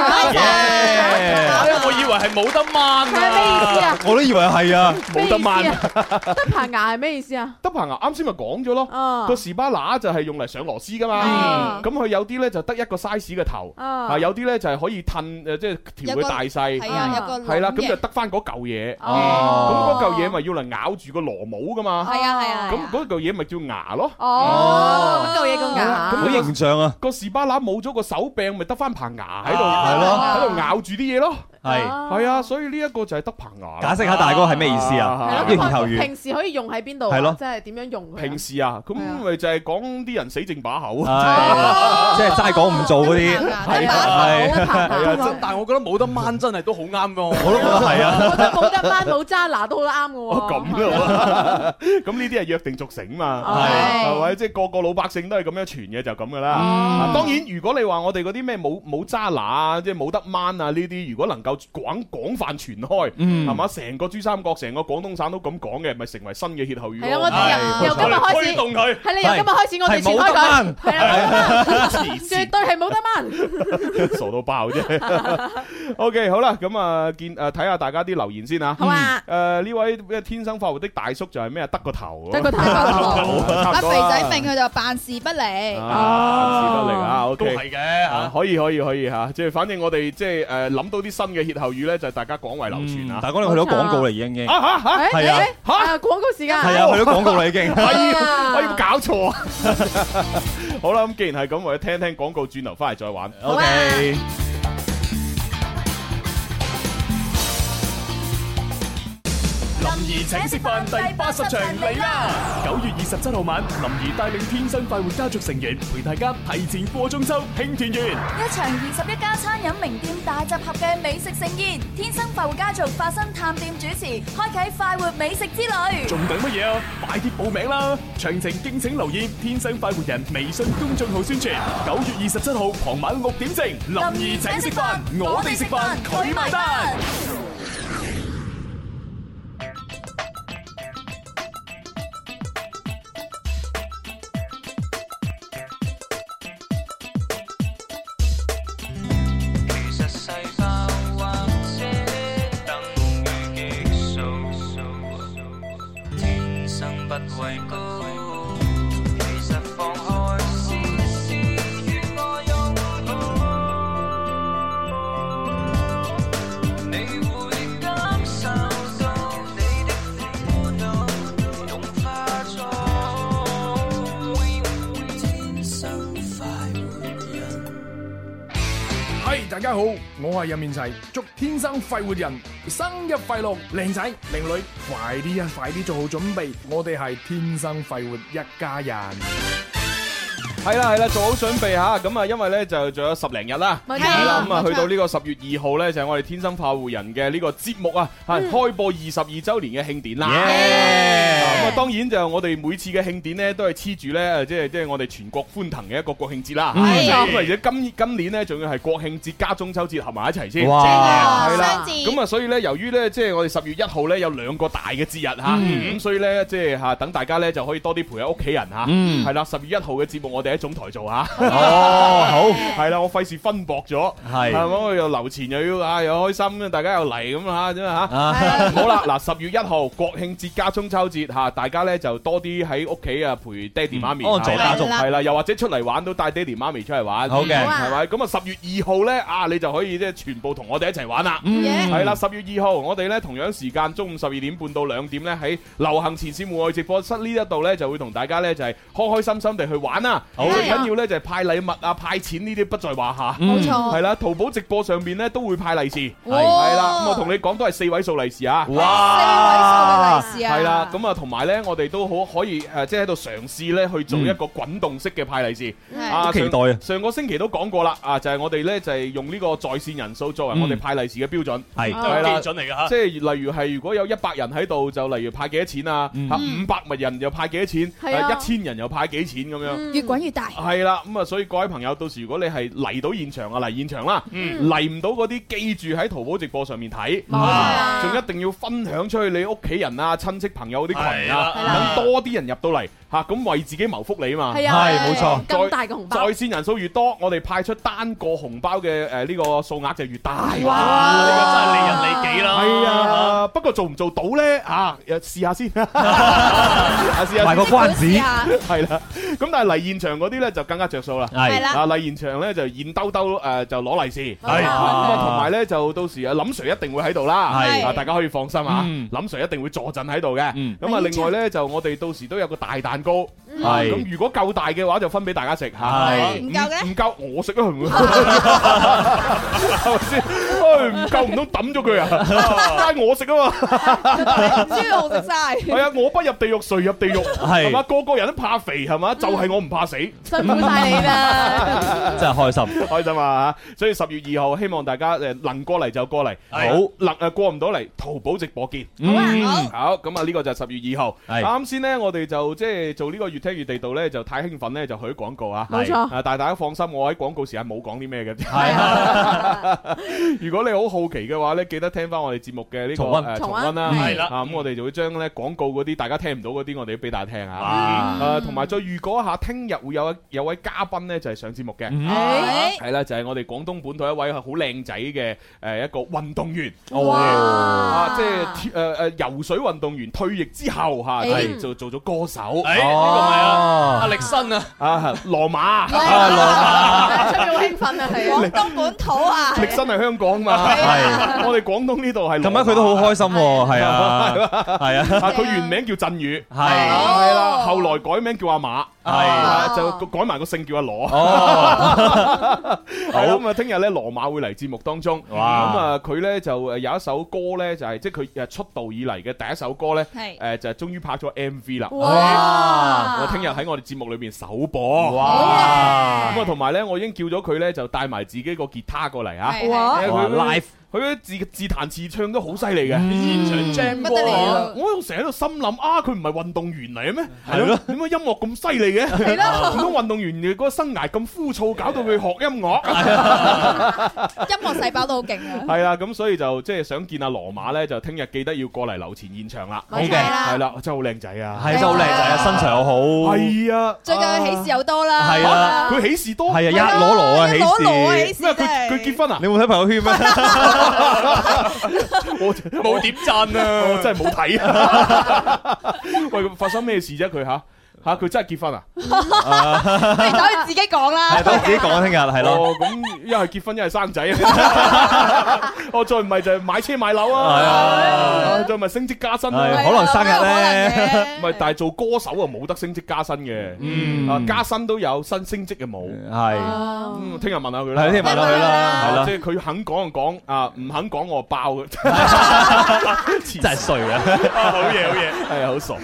S3: 好嘢！啊哎
S10: 我以為係冇得掹
S4: 係咩意思啊
S10: 啊！
S12: 我都以為係啊，
S3: 冇得掹
S4: 咩意思啊得棚牙係咩意思啊？
S3: 得棚牙啱先咪講咗
S4: 啊
S3: 咯，個士巴拿就係用嚟上螺絲噶嘛
S4: 啊，
S3: 咁佢有啲咧就得一個 size 嘅頭，
S4: 啊
S3: 啊有啲咧就係可以褪誒，即係調佢大細，
S6: 有個係啊有個
S3: 係啦，
S6: 籠
S3: 咁
S6: 嘅
S3: 就得翻嗰嚿嘢，咁
S6: 哦
S3: 嗰嚿嘢咪要嚟咬住個螺母噶嘛，
S6: 係啊係啊係啊
S3: 咁嗰嚿嘢咪叫牙咯，
S4: 哦，嗰嚿嘢個牙，
S3: 好
S12: 形象啊！
S3: 個士巴拿冇咗個手柄，咪得翻棚牙喺度，
S12: 啊係
S3: 喺
S12: 咯
S3: 度咬住啲嘢咯，
S12: 係
S3: 係啊，所以呢一個就係得棚牙。
S12: 解釋下大哥係咩意思
S3: 啊
S12: 啊？
S3: 係
S12: 英
S3: 咯
S12: 頭
S4: 平
S12: 語
S4: 時可以用喺邊度
S3: 係
S4: 啊？
S3: 咯
S4: 即係點樣用佢啊？
S3: 平時啊，咁咪就係講啲人死剩把口，啊即
S12: 係啊即係齋講唔做嗰啲
S3: 係啊，係啊，
S10: 但係我覺得冇得掹真係都好啱㗎。我
S12: 都覺得係啊
S4: 我覺得冇得翻冇渣拿都好啱嘅喎。
S3: 咁 咯喎，咁呢啲係約定俗成嘛，
S4: 係
S3: 係咪？即係個個老百姓都係咁樣傳嘅，就咁噶啦。啊當然，如果你話我哋嗰啲咩冇冇渣拿啊，即係冇得掹啊呢啲，如果能夠廣廣泛傳開，
S12: 嗯
S3: 係嘛？成個珠三角、成個廣東省都咁講嘅，咪成為新嘅歇後語咯。
S4: 係啊，我哋由由今日開始，
S3: 推動佢，
S4: 係你由今日開始，我哋全開佢，係 啦，冇得掹絕對係冇得掹。
S3: 傻到爆啫。OK，好啦，咁啊，見誒睇下大家啲留言先啊。好啊。誒呢位咩天生發福的大叔就係咩啊？得個頭。
S4: 得個頭
S6: 阿
S3: 阿
S6: 肥仔明佢就辦事不理。
S3: 啊，事不力啊，OK，
S10: 都係嘅
S3: 啊，可以可以可以吓，即係反正我哋即係誒諗到啲新嘅歇後語咧，就大家廣為流傳啊。
S12: 大哥你去到廣告啦已經已經
S4: À,
S3: 啊吓吓，
S12: 係啊
S4: 嚇，廣告時間
S3: à,
S12: 係啊去到廣告啦 已經
S3: 係啊
S4: 啊
S3: 我要搞錯啊！好啦，咁既然係咁，我哋聽聽廣告，轉頭翻嚟再玩。
S12: 好啊 OK
S1: 林兒請食飯第八十場嚟啦！九月二十七號晚，林兒帶領天生快活家族成員陪大家提前過中秋慶團圓。
S2: 一場二十一家餐飲名店大集合嘅美食盛宴，天生快活家族發生探店主持，開啟快活美食之旅。
S1: 仲等乜嘢啊？快啲報名啦！詳情敬請留意《天生快活人》微信公眾號宣傳。九月二十七號傍晚六點正，林兒請食飯，我哋食飯，佢埋單。
S7: 其實細胞或者等於激素，天生不畏高。其實放開試試，與我擁抱，你會感受到你的苦惱融化咗。天生快活人。
S13: 嗨，大家好，我係任面齊，祝天生快活人生日快樂，靚仔靚女，快啲啊，快啲做好準備，我哋係天生快活一家人。
S3: 係啦係啦，做好準備吓，咁啊，因為咧就仲有十零日啦，
S13: 冇錯
S3: 係啦，咁
S13: 冇
S3: 啊，
S13: 錯
S3: 去到呢個十月二號咧，就係我哋天生快活人嘅呢個節目啊，
S12: 嗯
S3: 係開播二十二周年嘅慶典啦。咁啊，當然就我哋每次嘅慶典咧，都係黐住咧，即係即係我哋全國歡騰嘅一個國慶節啦。
S12: 嗯冇錯
S3: 咁啊而且今今年咧，仲要係國慶節加中秋節合埋一齊先。
S12: 哇正啊
S3: 係啦
S12: 雙，節
S3: 咁啊，所以咧，由於咧，即係我哋十月一號咧有兩個大嘅節日吓，
S12: 嗯
S3: 啊咁所以咧，即係吓等大家咧就可以多啲陪下屋企人吓。
S12: 嗯
S3: 係啦，十月一號嘅節目我哋哋喺總台做下。
S12: 哦
S1: Ờ,
S3: 好，係啦，我費事分薄咗，
S12: 係
S3: 係咪？我又留錢又要啊，又開心，大家又嚟咁嚇，啫嘛嚇。
S12: 啊
S3: 好啦，嗱，十月一號國慶節加中秋節嚇，大家咧就多啲喺屋企啊陪爹哋媽咪，
S12: 安坐嗯哦家中
S3: 係啦，又或者出嚟玩都帶爹哋媽咪出嚟玩，
S12: 好嘅好啊
S3: 係咪？咁啊，十月二號咧啊，你就可以即係全部同我哋一齊玩啦。
S12: 嗯
S3: 係啦，十月二號我哋咧同樣時間中午十二點半到兩點咧喺流行前線戶外直播室呢一度咧就會同大家咧就係開開心心地去玩啦。
S12: 好
S3: 最緊要咧就係派禮物啊、派錢呢啲不在話下。
S12: 冇錯
S3: 係啦，淘寶直播上邊咧都會派利是。
S12: 嗯哇
S3: 係啦，咁我同你講都係四位數利是啊。
S6: 四位數嘅利
S12: 哇
S6: 是啊
S3: 係啦，咁啊同埋咧我哋都好可以誒，即係喺度嘗試咧去做一個滾動式嘅派利是。
S6: 嗯
S12: 係好期待啊
S3: 上上個星期都講過啦，啊就係我哋咧就係用呢個在線人數作為我哋
S12: 嗯
S3: 派利是嘅標準，
S2: 啊
S12: 係
S10: 都係基準嚟㗎嚇
S3: 即係例如係如果有一百人喺度，就例如派幾多錢啊？嚇五百人又派幾多錢？
S2: 嗯係啊
S3: 一千人又派幾錢咁樣？
S2: 越滾越大。
S1: Ờ.
S3: 係啦，咁啊，所以各位朋友，到時如果你係嚟到現場啊，嚟現場啦，
S2: 嗯
S3: 嚟唔到嗰啲，記住喺淘寶直播上面睇，
S2: 冇錯
S3: 啊仲一定要分享出去你屋企人啊、親戚朋友嗰啲群
S10: 係啦
S3: 啊，等多啲人入到嚟嚇，咁為自己謀福利啊嘛，
S4: 係啊係冇錯
S3: 再
S4: 咁大個紅包
S3: 在線人數越多，我哋派出單個紅包嘅誒呢個數額就越大。
S10: 哇呢個真係利人利己啦
S3: 係啊，不過做唔做到咧啊？誒試 下先，啊試下
S12: 賣個關子
S3: 係啦。咁但係嚟現場嗰啲咧就更加着數啦。
S12: 係係啦
S3: 啊嚟現場咧就現兜兜誒就攞利是。
S12: 冇錯
S3: 係咁啊，同埋咧就到時啊林 Sir 一定會喺度啦。
S12: 係
S3: 啊，大家可以放心啊，
S12: 嗯
S3: 林 Sir 一定會坐陣喺度嘅。咁啊，
S12: 咪
S3: 另外咧就我哋到時都有個大蛋糕。
S12: 嗯
S3: 啊
S12: 係
S3: 咁如果夠大嘅話，就分俾大家食嚇。
S12: 係
S6: 唔夠嘅
S3: 唔夠我食 啊！係咪係咪先？唉唔夠唔通抌咗佢啊？梗係我食啊 嘛！
S6: 豬肉食晒
S3: 係啊！我不入地獄，誰入地獄？
S12: 係
S3: 係嘛？個個人都怕肥係嘛？就係我唔怕死。辛
S4: 苦晒你 啦！
S3: 真係開心，開心啊！所以十月二號，希望大家誒能過嚟就過嚟，好能誒過唔到嚟，淘寶直播見。好咁啊！呢個就係十月二號。
S12: 係
S3: 啱先呢，我哋就即係做呢個越聽越地道呢，就太興奮呢，就去咗廣告啊。
S12: 冇錯
S3: 啊，但係大家放心，我喺廣告時間冇講啲咩嘅。 如果你好好奇嘅話呢，記得聽翻我哋節目嘅呢個
S12: 重溫
S3: 誒重
S12: 重溫
S3: 溫啦。
S12: 嗯係啦
S3: 啊咁我哋就會將呢廣告嗰啲大家聽唔到嗰啲，我哋都俾大家聽啊。
S12: 哇
S3: 誒，同埋再預告一下，聽日會有一有位嘉賓呢，就係上節目嘅。
S12: 誒
S3: 係啦，就係我哋廣東本土一位好靚仔嘅呃誒一個運動員。
S12: 哇
S3: 啊，即係誒誒游水運動員退役之後嚇，
S10: 誒
S3: 就做咗歌手。
S10: 誒
S1: 哎
S10: 呢個咪啊阿力申啊，
S3: 啊，羅馬
S4: 出咗好興奮啊，係啊
S6: 廣東本土啊，
S3: 力申係香港嘛，係 我哋廣東呢度係。
S12: 琴晚佢都好開心喎，係啊，係啊，
S3: 佢原名叫振宇，
S12: 係
S3: 係啦，後來改名叫阿馬，係就改埋個姓叫阿羅。 係啦咁啊，聽日咧羅馬會嚟節目當中，咁
S12: 哇
S3: 啊佢咧就誒有一首歌咧就係即係佢誒出道以嚟嘅第一首歌咧，
S12: 係
S3: 誒就係終於拍咗 MV 啦。
S12: 哇
S3: 我聽日喺我哋節目裏邊首播。
S12: 哇
S3: 咁啊，同埋咧我已經叫咗佢咧就帶埋自己個吉他過嚟啊，
S12: 係哇
S3: 因為佢
S12: 哇，live
S3: 佢自自彈自唱都好犀利嘅，
S12: 嗯
S3: 現場 jam
S12: 不得了
S3: 歌我成日喺度心諗啊，佢唔係運動員嚟嘅咩？係咯，點解音樂咁犀利嘅？
S12: 係咯
S3: 唔通運動員嘅嗰個生涯咁枯燥，搞到佢學音樂？
S6: 音樂細胞都好勁啊！
S3: 係啦，咁所以就即係想見阿羅馬咧，就聽日記得要過嚟樓前現場啦。
S6: 冇錯啦
S3: 係啦，真係好靚仔啊！
S12: 係真係好靚仔啊，身材又好，
S3: 係啊，
S6: 最近佢喜事又多啦，
S12: 係啊
S3: 佢喜事多，
S12: 係啊，一攞攞啊，喜
S6: 一攞攞啊喜
S12: 事
S6: 事，咩佢
S3: 佢結婚啊？
S12: 你冇睇朋友圈咩？
S3: 我 冇點讚啊！我真係冇睇啊！ 喂，發生咩事啫？佢吓吓，佢真係結婚啊？
S6: 不如等佢自己講啦。
S12: 係等佢自己講聽日係咯
S3: 哦，咁一係結婚，一係 生仔啊！哦，再唔係就係買車買樓
S12: 係
S3: 啊
S12: 啊！
S3: 再唔係升職加薪
S12: 係
S3: 啊！
S12: 可能生日咧，
S3: 唔係，但係做歌手啊冇得升職加薪嘅，
S12: 嗯
S3: 啊加薪都有，新升職嘅冇。
S12: 係
S3: 嗯，聽日問下佢啦，
S12: 係哦聽日問下佢啦係啦
S3: 即係佢肯講就講，啊唔肯講我就爆佢，
S12: 真係衰啊！
S3: 好嘢好嘢，係啊好傻。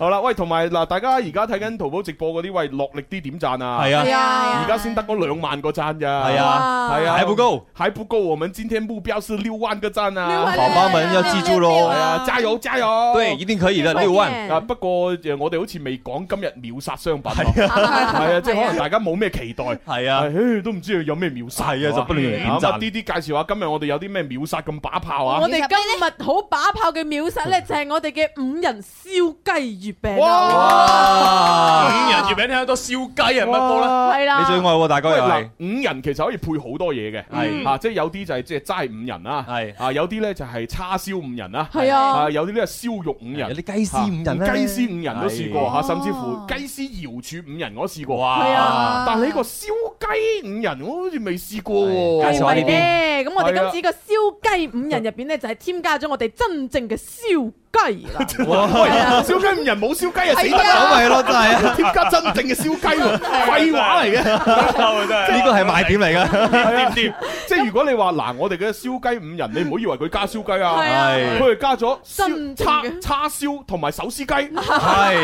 S3: 好啦，喂，同埋嗱，大家而家睇緊淘寶直播嗰啲，喂落力啲點讚啊，
S12: 係啊係
S3: 而家先得嗰兩萬個讚咋，
S12: 係啊哇
S3: 係啊，
S12: 還不
S3: 夠，還不夠，我們今天目標是六萬個讚啊，
S12: 寶寶們要記住
S3: 係
S12: 咯，
S3: 啊，加油加油！
S12: 對一定可以的六萬
S3: 啊，不過誒，我哋好似未講今日秒殺商品喎，係啊，即係可能大家冇咩期待，係啊，都唔知佢有咩秒殺，係
S12: 啊就不斷嚟點讚
S3: 咁啊，啲啲介紹下今日我哋有啲咩秒殺咁把炮啊！
S4: 我哋今日好把炮嘅秒殺咧，就係我哋嘅五人燒雞月餅啊。
S3: 哇！
S10: 五人月餅聽得多燒雞啊，乜多咧？
S4: 係啦
S12: 你最愛喎大哥又係
S3: 喂嗱五人其實可以配好多嘢嘅，
S4: 嗯
S12: 係
S3: 啊，即係有啲就係即係齋五人啦，係啊，有啲咧就係叉燒五人啦，
S4: 係啊
S3: 有啲咧燒肉五人，有啲
S12: 雞絲五人
S3: 雞
S12: 咧
S3: 絲五人都試過
S12: 係
S4: 哦
S3: 嚇，甚至乎雞絲瑤柱五人我都試過，
S12: 哇係啊
S3: 但係呢個燒雞五人我好似未試過喎，
S4: 係咪咧？咁我
S3: 係
S4: 哋
S3: 啊
S4: 今次個燒雞五人入邊咧，就係添加咗我哋真正嘅燒雞啦。 啊
S3: 喂，燒雞五人冇燒雞啊，死得
S4: 係啊
S3: 啦！
S4: 咁咪
S12: 係咯真係啊
S3: 添加真正嘅燒雞喎，廢話 嚟嘅，
S12: 呢個係賣點嚟 㗎。
S3: 係啊，即係如果你話嗱，我哋嘅燒雞五人，你唔好以為佢加燒雞啊，
S12: 係啊係
S3: 佢係加咗
S4: 真
S3: 燒
S4: 正
S3: 叉
S4: 嘅
S3: 叉燒同埋手撕雞，
S12: 係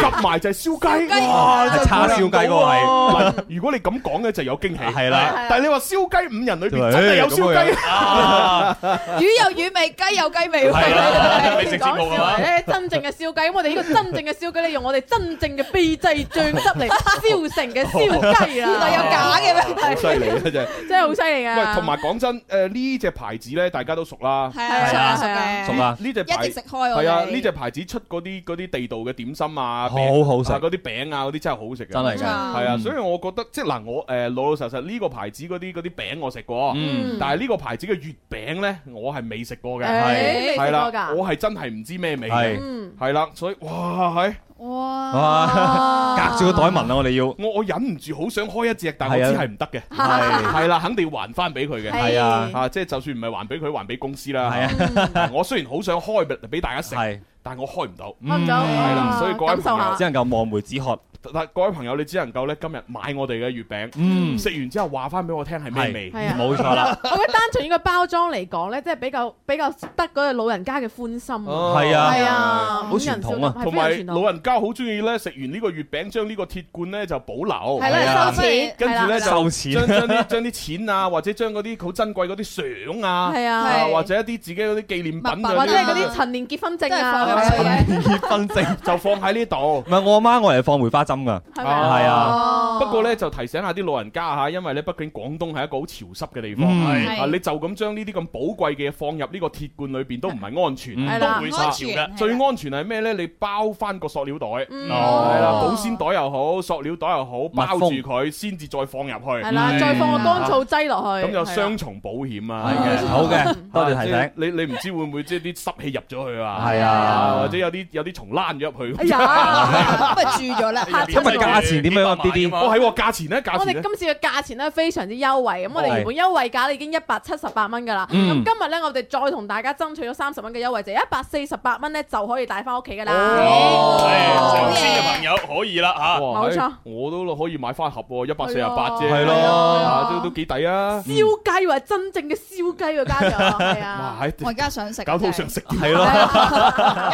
S3: 夾埋就係燒
S12: 雞
S3: 雞，
S12: 係叉燒雞嗰個係
S3: 嗱如果你咁講咧，就有驚喜。係
S12: 啦，
S3: 但係你話燒
S1: Ừ,
S3: 雞五人裏邊真係有燒雞
S12: 咁啊。
S6: 魚有魚味，雞有雞味喎。
S12: 係
S10: 啦美食節目
S4: 講
S10: 係
S4: 笑
S10: 嘛
S4: 嚟咧，真正嘅燒雞，咁我哋呢個真正嘅燒雞咧，用我哋真正嘅秘製醬汁嚟 燒成嘅燒雞啊啦。
S6: 原來有假嘅咩
S3: 好犀利啊！真係，
S4: 真係好犀利啊
S3: 喂，同埋講真，誒呢只牌子咧，大家都熟啦，
S6: 係啊
S3: 係啊
S6: 熟嘅熟嘅
S3: 呢呢只牌
S6: 一直食開我哋
S3: 係啊，呢只牌子出嗰啲嗰啲地道嘅點心啊，
S12: 好
S3: 餅
S12: 好食
S3: 啊嗰啲餅啊，嗰啲真係好好食嘅，
S12: 真係㗎嗯
S3: 係啊，
S12: 嗯
S3: 所以我覺得即係嗱，我誒老老實實呢個牌子嗰啲嗰啲餅我食過
S12: 嗯，
S3: 但係呢個牌子嘅月餅咧，我係未食過嘅，
S4: 誒未食過㗎嗯
S3: 啦，我係真係唔知咩味嘅
S12: 係，
S3: 係啦，所以哇係。
S12: 哇，隔住個袋聞啊，我哋要。
S3: 我我忍唔住好想開一隻，但我知
S12: 係啊
S3: 係唔得嘅，
S12: 係
S3: 係啦，肯定要還翻俾佢嘅，
S12: 係啊
S3: 啊，即係就算唔係還俾佢，還俾公司啦。係 啊，我雖然好想開俾俾大家食，但我開唔到，開
S4: 唔到
S3: 係啦，
S4: 哦
S3: 所以各位
S4: 感受
S3: 朋
S4: 下
S3: 友
S12: 只能夠望梅止渴。
S3: 但各位朋友，你只能夠咧今日買我哋嘅月餅，
S12: 嗯
S3: 食完之後話翻俾我聽係咩味，
S4: 係啊
S12: 冇錯啦
S4: 我覺得單純呢個包裝嚟講咧，即係比較比較得嗰個老人家嘅歡心啊。
S3: 哦
S12: 係啊
S4: 係啊，
S12: 好傳統啊
S3: 同埋老人家好中意咧，食完呢個月餅，將呢個鐵罐咧就保留，
S4: 係啦係啊收錢
S3: 跟住
S4: 係
S3: 咧
S4: 啦
S3: 就
S12: 收錢
S3: 將將啲將啲錢啊，或者將嗰啲好珍貴嗰啲相啊，
S4: 係啊係
S3: 或者一啲自己嗰啲紀念品啊，
S4: 或者係嗰啲陳年結婚證啊，
S12: 結婚 證
S3: 就哎放喺呢度。唔
S12: 係我阿媽，我嚟放梅花針㗎。
S4: 係咪啊
S12: 係啊，
S3: 不過咧就提醒下啲老人家嚇，因為咧畢竟廣東係一個好潮濕嘅地方，
S12: 嗯
S3: 係
S12: 係
S3: 啊你就咁將呢啲咁寶貴嘅嘢放入呢個鐵罐裏邊都唔係安全，
S12: 嗯係
S3: 都
S12: 啦
S3: 會
S12: 唔安全
S3: 受潮
S12: 係
S3: 嘅。最安全係咩咧？你包翻個塑料袋，
S12: 嗯
S3: 係啦，
S12: 哦
S3: 保鮮袋又好，塑料袋又好，包住佢先至再放入去。
S4: 係
S12: 嗯
S4: 啦，再放個乾燥劑落去，
S3: 嗯
S4: 啊
S3: 咁有雙
S4: 重。
S3: 重保險啊！
S12: 係嘅好 嘅多謝提醒
S3: 啊 即係你你唔知會唔會即係啲濕氣入咗去啊？
S12: 係啊
S3: 或者有啲有啲蟲躝咗入去。
S4: 哎 呀
S6: 咁咪住咗啦。
S12: 咁咪價錢點樣啊？啲啲，
S3: 哦係喎，價錢咧，價
S4: 我
S3: 哎錢
S4: 哋
S3: 咧。
S4: 今次嘅價錢咧非常之優惠，咁我哋原本優惠價咧已經一百七十八蚊㗎啦，咁
S3: 嗯
S4: 今日咧我哋再同大家爭取咗三十蚊嘅優惠，就一百四十八蚊咧就可以帶翻屋企㗎
S3: 哦
S4: 啦。
S10: 係
S6: 哦
S10: 成千嘅朋友可以啦嚇，
S3: 哇
S4: 冇錯
S3: 哎我都可以買翻盒喎，一百四十八啫，
S12: 係咯
S3: 啊都都幾抵啊！
S4: 燒雞喎，真正嘅燒雞 喎，家長係啊，
S3: 哇，係
S6: 我而家想食，
S3: 搞到好想食，
S12: 係咯，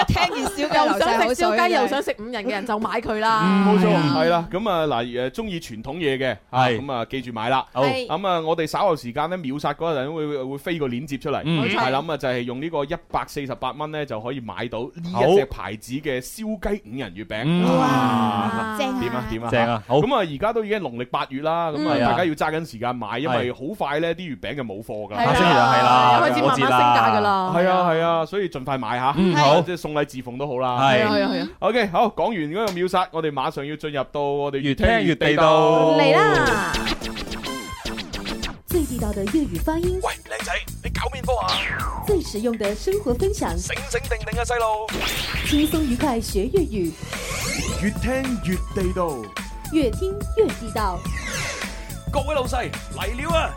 S6: 一聽見燒雞
S4: 又
S6: 流
S4: 想
S6: 晒
S4: 食
S6: 口水
S4: 燒雞又
S6: 真係
S4: 想食五人嘅人就買佢啦。
S3: 嗯冇錯，係啦。咁啊嗱，誒中意傳統嘢嘅，係咁啊，記住買啦。
S4: 好係
S3: 咁啊，我哋稍後時間咧秒殺嗰陣會會飛個鏈接出嚟，
S12: 嗯冇錯
S3: 係啦咁啊，就係用呢個一百四十八蚊咧就可以買到呢
S12: 好
S3: 一隻牌子嘅燒雞五仁月餅。
S12: 嗯
S3: 哇
S12: 正啊
S3: 點啊點啊，
S12: 正啊好
S3: 咁啊，而家都已經農曆八月啦，咁啊，
S12: 嗯
S3: 大家要揸緊時間買，因為
S12: 係
S3: 好快咧啲月餅就冇貨㗎。
S12: 下星期就係啦，
S4: 開始慢慢
S12: 過節
S4: 升價㗎啦
S3: 係啊係啊，所以盡快買吓，
S12: 嗯好
S3: 即係送禮自奉都好啦。
S12: 係係啊係啊係啊
S3: OK，好，講完嗰個秒殺，我哋馬上要進入到我哋越聽
S12: 越地
S3: 地
S12: 道嚟
S4: 啦！
S9: 最地道的粤语发音，
S1: 靚仔，你搞面科啊？
S9: 最实用的生活分享，
S1: 醒醒定定啊，細路！
S9: 轻松愉快学粤语，
S1: 越聽越地道，
S9: 越听越地道。
S1: 各位老細嚟了啊！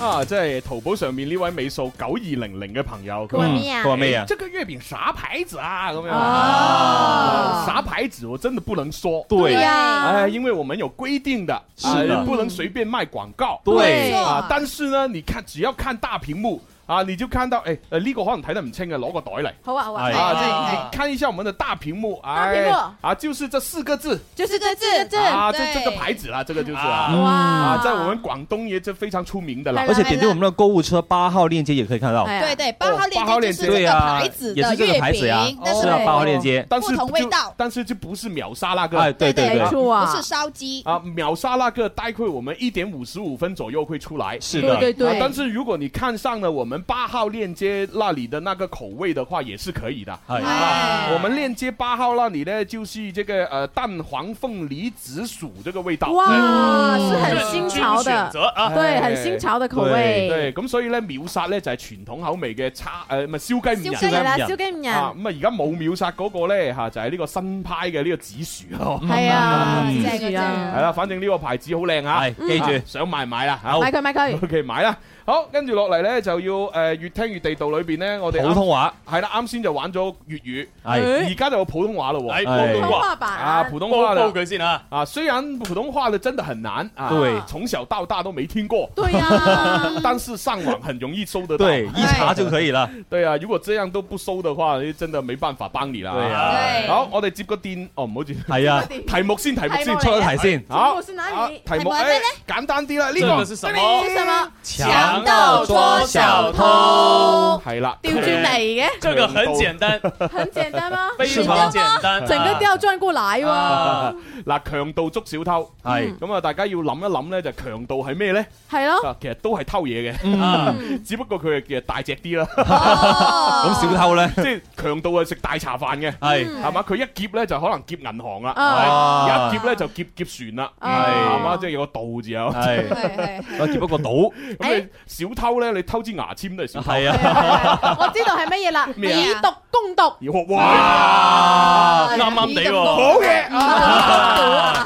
S3: 啊，即係淘寶上面呢位尾數九二零零嘅朋友，
S1: 佢話咩啊佢話咩啊
S3: 這個月餅啥牌子啊？咁樣
S9: 哦
S1: 啊
S3: 啊，啥牌子我真的不能說。
S1: 對呀
S3: 哎，因為我們有規定的，
S1: 是
S3: 啊
S1: 的
S3: 不能隨便賣廣告。
S1: 對
S3: 啊，但是呢，你看，只要看大屏幕。啊，你就看到，誒誒呢個可能睇得唔清嘅，攞個袋嚟。
S4: 好啊好啊
S1: 哎
S3: 啊，
S4: 係
S3: 即
S4: 係
S3: 係看一下我們的大屏幕，
S4: 大屏幕
S3: 哎啊，就是這四個字。
S4: 就是這字，這
S3: 啊，这这个牌子啦，这个就是啊，
S12: 哇
S3: 啊，在我们廣東也就非常出名的啦，
S12: 而且点击我们的购物车八号链接也可以看到。
S3: 啊
S6: 对对，哦八号
S3: 八
S6: 鏈
S3: 號鏈
S6: 接
S3: 接
S6: 就是這
S12: 對
S6: 個
S12: 哎啊
S6: 牌子
S12: 也
S6: 的
S12: 是這個
S6: 月
S12: 牌子啊
S6: 餅，但是
S12: 是啊八號鏈接
S3: 但是
S6: 不同味道
S3: 就但是就不是秒殺那個，
S12: 哎對對對沒錯
S6: 不是燒雞，
S3: 啊，秒杀那个，待会我们一点五十五分左右会出来。
S12: 是的对对对
S3: 啊但是如果你看上了我们们八号链接那里的那个口味的话，也是可以的。
S12: 哎
S3: 啊，我们链接八号那里呢，就是这个呃蛋黄凤梨紫薯这个味道。
S4: 哇
S3: 嗯
S4: 是很新潮的
S3: 这个是选择啊
S4: 对
S3: 哎
S4: 很新潮的口味
S3: 对，對咁所以呢，秒殺呢就係傳統口味嘅叉誒，唔係燒雞五仁。
S4: 燒雞係啦燒雞五仁
S3: 啊咁啊，而家冇秒殺嗰個咧嚇，就係呢個新派嘅呢個紫薯
S12: 嗯
S3: 咯。
S4: 係啊
S3: 嗯
S4: 紫薯啊
S3: 係啦，反正呢個牌子好靚啊，係
S4: 記住
S3: 想買買啦啊
S4: 買佢買佢
S3: OK，買啦。好，跟住落嚟咧就要誒越聽越地道裏邊咧，我哋啱
S12: 普通話
S3: 係啦，啱先就玩咗粵語，
S12: 係
S4: 嗯
S3: 而家就有普通話咯喎，
S12: 係普通話
S4: 版
S3: 啊，普通話啦
S10: 煲煲佢先啊！
S3: 啊，雖然普通話的真的很難啊，
S12: 對
S3: 從小到大都沒聽過，
S4: 對啊呀，
S3: 但是上網很容易搜得到，
S12: 对， 一查就可以 了。
S3: 对啊，如果这樣都不收的話，真的沒辦法幫你啦。
S12: 對啊對
S3: 好，我哋接個電，哦唔好接，
S12: 係啊
S3: 題目先，題目
S12: 題
S3: 先，
S12: 目嚟出咗題先
S3: 好，
S4: 題目是哪裡
S3: 啊題
S4: 題
S3: 目
S4: 目係咩
S3: 誒
S4: 呢
S3: 簡單啲啦，呢
S10: 這
S3: 個
S10: 個是什麼
S4: 是什麼
S10: 強盜捉小偷
S3: 係啦，
S4: 調轉嚟嘅
S10: 這個很簡單，
S4: 很簡單嗎？
S3: 非常簡單啊
S4: 整個都要轉過來喎，
S3: 嗱，強盜捉小偷係咁啊！大家要諗一諗咧，就強盜係咩咧？
S4: 係咯
S3: 啊，其實都係偷嘢嘅，
S12: 嗯
S3: 啊只不過佢係其實大隻啲啦。
S4: 哦
S12: 咁小偷嗯咧，
S3: 即係強盜啊係食大茶飯嘅，係係嘛？佢一劫咧就可能劫銀行
S4: 哦
S3: 啦
S12: 啊，
S3: 一劫咧就劫劫船啦，
S12: 係
S3: 係嘛？即係有個盜字啊，
S12: 係我接不過賭，
S3: 咁你小偷咧，你偷支牙籤都係小偷。
S12: 係啊，
S4: 我知道係乜嘢啦，
S3: 咩啊
S4: 以毒攻毒。
S3: 哇，
S4: 啱啱地喎
S3: 好嘅，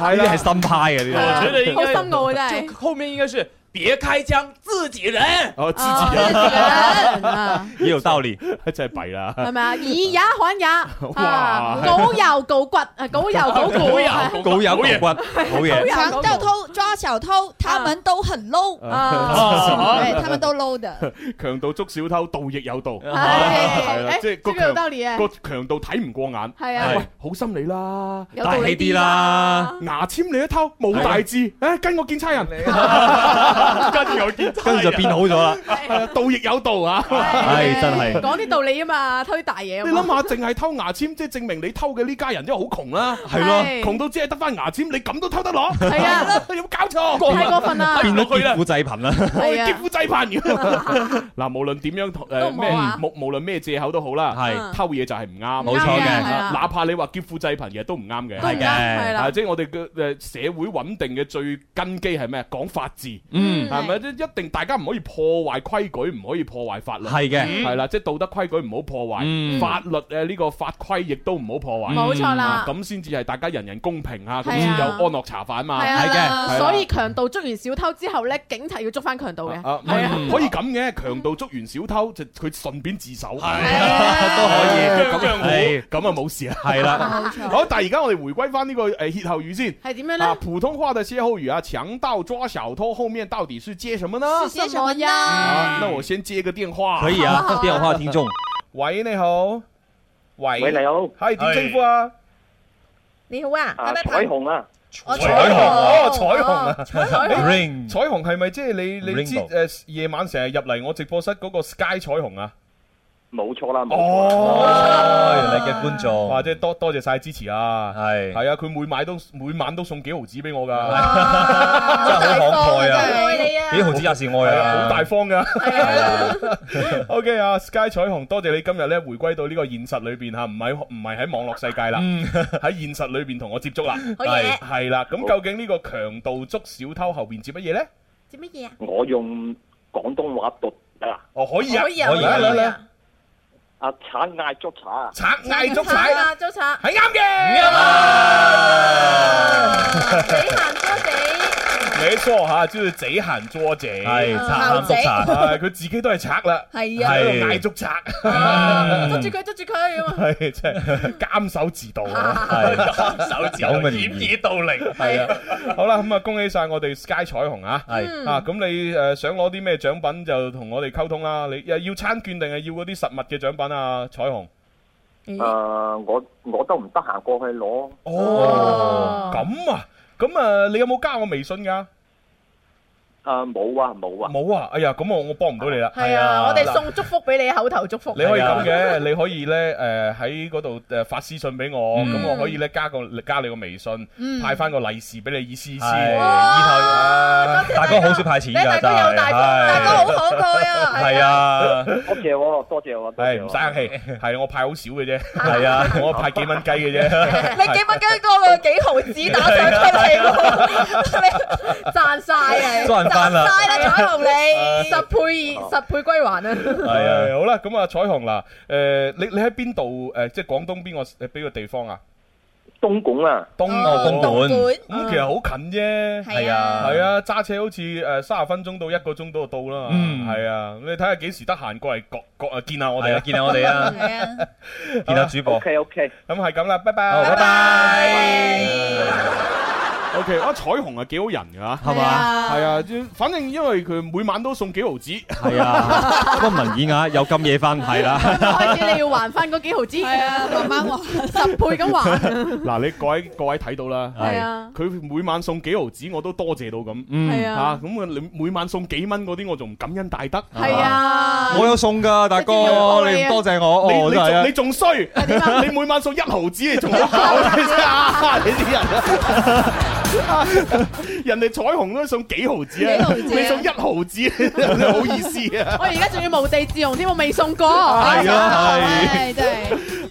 S3: 啊
S12: 呢啲係新派嘅
S10: 我
S12: 呢
S10: 覺得應
S4: 好
S10: 該
S4: 深奧
S1: 哎
S4: 啊真係
S10: 就後面應該是別開槍，自己人。
S3: 哦，
S4: 自己人哦自己人啊
S12: 啲，也有道理，
S3: 真係弊啦。
S4: 係咪啊？以也罕 也
S12: 哇
S4: 啊，狗油狗骨啊，狗油 狗骨，
S12: 狗有狗有狗骨，好 嘢。
S6: 强盗偷抓小偷，他们都很 low
S3: 啊
S6: 啊，对，
S2: Ờ.
S6: 他们都 low 的。
S3: 強盜捉小偷，盜亦有道，
S6: 係
S3: 係啦
S4: 誒，
S3: 即係
S4: 呢個有道理啊
S3: 個強盜睇唔過眼，
S4: 係啊
S3: 喂，好心你啦，
S4: 有道理啲啦，
S3: 牙籤你一偷冇大志，誒跟我見差人， 跟我見，
S12: 跟住就變好咗啦，
S3: 係啊盜亦有道啊，
S12: 係真係
S4: 講啲道理啊嘛，偷啲大嘢啊
S3: 你
S4: 嘛
S3: 諗下，淨係偷牙籤，即係證明你偷嘅呢家人真係好窮啦，
S12: 係咯係
S3: 窮到只係得翻牙籤，你咁都偷得落，
S4: 係 啊，
S3: 有冇搞錯？
S4: 太過分啦
S1: 哎
S12: 變咗劫富濟貧啦。
S3: 我
S4: 係
S3: 哋
S4: 啊
S3: 劫富濟貧 嘅。嗱，無論點樣
S4: 都
S3: 誒
S4: 唔好
S3: 咩
S4: 啊
S3: 無無論咩藉口都好啦，
S12: 係
S3: 偷嘢就係唔啱，
S12: 冇錯嘅
S3: 啊
S12: 係啊
S3: 哪怕你話劫富濟貧嘅都唔啱嘅，
S12: 都唔啱係嘅係啦
S3: 啊即係我哋嘅誒社會穩定嘅最根基係咩？講法治，
S12: 嗯
S3: 係咪？一定大家唔可以破壞規矩，唔可以破壞法律，
S12: 係
S4: 嗯
S12: 嘅
S3: 係啦，即係道德規矩唔好破壞，
S12: 嗯
S3: 法律誒呢個法規亦都唔好破壞，
S4: 冇錯啦
S3: 啊咁先至係大家人人公平啊，咁
S4: 係啊
S3: 先有安樂茶飯嘛，
S4: 係啊，
S3: 係啦
S4: 所以強盜捉完小偷之後咧，警察要捉翻強盜嘅，
S3: 啊，唔
S4: 係啊，
S3: 係可以咁嘅，強盜捉完小偷就佢順便自首，都
S12: 啊 都可以
S3: 咁
S12: 係
S3: 咁啊冇事啦，
S12: 係啦
S4: 冇錯
S3: 好，但係而家我哋回歸翻呢個誒歇後語先，
S4: 係點樣
S3: 啊
S4: 咧？
S3: 普通話的歇後語啊，強盜抓小偷後面到底是接什麼呢？
S4: 是接什麼呀
S3: 啊那我先接個電話，
S12: 可以啊好 啊好啊電話聽眾，
S3: 喂你好，喂
S14: 喂你好
S3: 係點稱呼啊？
S14: 你好啊，
S3: 啊
S14: 拜拜
S3: 彩虹
S14: 啊，
S3: 彩
S14: 虹
S3: 哦，彩虹啊，
S14: 彩虹
S12: Ring
S3: 彩虹係咪即係你你知
S14: Rainbow
S3: 誒夜晚成日入嚟我直播室嗰個 Sky 彩虹啊？
S14: 冇錯啦，冇
S3: 哦，
S12: 原來嘅觀眾，
S3: 哇！即係多多謝晒支持啊！係係啊，佢每晚都每晚都送幾毫紙俾我 㗎，
S12: 真係好慷慨啊真係
S14: 愛你啊
S12: 幾毫子也是愛啊
S3: 係好大方㗎。OK 啊，Sky 彩虹，多謝你今日咧回歸到呢個現實裏邊嚇，唔係唔係喺網絡世界啦，喺現實裏邊同我接觸啦。
S14: 好嘢
S3: 係啦，咁究竟呢個強盜捉小偷後邊接乜嘢咧？
S14: 做乜嘢啊？我用廣東話讀啊，
S3: 哦， 可以啊，
S14: 可以啊可以啊
S3: 嚟嚟
S14: 可以
S3: 嚟
S14: 啊，阿賊啊嗌捉賊，
S3: 賊嗌捉賊
S14: 啊，
S4: 捉賊
S3: 係啱嘅，
S14: 啱
S3: 啊！你錯吓，即係賊喊捉賊，
S14: 嗯
S3: 係
S12: 賊喊捉賊
S3: 係佢自己都係賊 啦，
S4: 係啊
S3: 喺度嗌捉賊，
S4: 捉住佢，捉住佢咁啊！
S3: 係真係監守自 盜啊，
S12: 係
S3: 監守自
S12: 有咁嘅
S3: 盜，
S12: 嫌疑
S3: 掩耳盜鈴，係啊，好啦，咁啊，恭喜晒我哋 Sky 彩虹啊，
S12: 係
S3: 啊，咁你誒想攞啲咩獎品就同我哋溝通啦，你要要餐券定係要嗰啲實物嘅獎品啊，彩虹？啊
S14: 誒，呃我我都唔得閒過去攞，
S15: 哦
S3: 呃哦，咁啊，咁啊，你有冇加我微信㗎？
S14: 誒冇啊冇啊
S3: 冇啊！哎呀，咁我我幫唔到你啦。哎
S15: 係啊，我哋
S3: 嗱
S15: 送祝福俾你，口頭祝福。啊
S3: 你可以咁嘅，你可以咧誒喺嗰度誒發私信俾我，
S15: 嗯
S3: 咁我可以咧加個加你個微信，
S15: 嗯
S3: 派翻個利是俾你意思意思。
S12: 係
S3: 以後大哥好少派錢
S12: 㗎真係係 係啊，
S14: 多謝喎，多謝喎，多
S3: 係
S14: 謝
S3: 唔使
S14: 喎。
S3: 客氣，係我派好少嘅啫，係啊，我派幾蚊雞嘅啫。
S15: 你幾蚊雞嗰個幾毫子打上出嚟喎，你賺晒啊！
S3: 賺返啦
S15: 賺晒啦，彩虹
S3: 係
S15: 你十倍二十倍歸還啊！
S3: 係啊，好啦，咁啊，彩虹嗱，誒，你你喺邊度誒？即係廣東邊個邊個地方啊？
S14: 東 莞啊，
S3: 東
S12: 哦東莞
S3: 咁其實好近啫，
S12: 係啊
S3: 係啊，揸車好似誒三十分鐘到一個鐘都到啦，
S12: 嗯
S3: 係啊，你睇下幾時得閒過嚟各各誒見下我哋
S12: 係
S3: 啊，
S12: 啊見下我哋 啊
S14: 係啊，
S3: 見下主播
S14: ，OK OK，
S3: 咁係咁啦，拜拜，拜拜。O K，啊彩虹啊幾好人㗎，係
S12: 嘛係啊
S3: 係啊，反正因為佢每晚都送幾毫子，
S12: 係啊，温文爾雅有咁夜翻係啦，
S4: 開始你要還翻嗰幾毫子，係啊，慢慢還，十倍咁還。
S3: 嗱，你各位各位睇到啦，
S4: 係啊
S3: 佢每晚送幾毫子，我都多謝到咁，
S12: 係
S3: 嚇
S12: 啊
S3: 咁啊，你每晚送幾蚊嗰啲，我仲唔感恩戴德？
S12: 係
S4: 啊
S12: 我有送㗎，大哥，
S3: 你
S12: 你唔多謝我，
S3: 你
S12: 哦
S3: 你
S12: 真係啊
S3: 仲你仲衰，
S4: 啊
S3: 你每晚送一毫子，你仲好搞你真 係啊！你啲人啊， 人哋彩虹都送幾毫子
S4: 幾
S3: 啊
S4: 毫，子啊
S3: 你送一毫子， 你好意思啊！
S4: 我而家仲要無地自容添，我未送過。
S3: 係啊係
S4: 唉真係。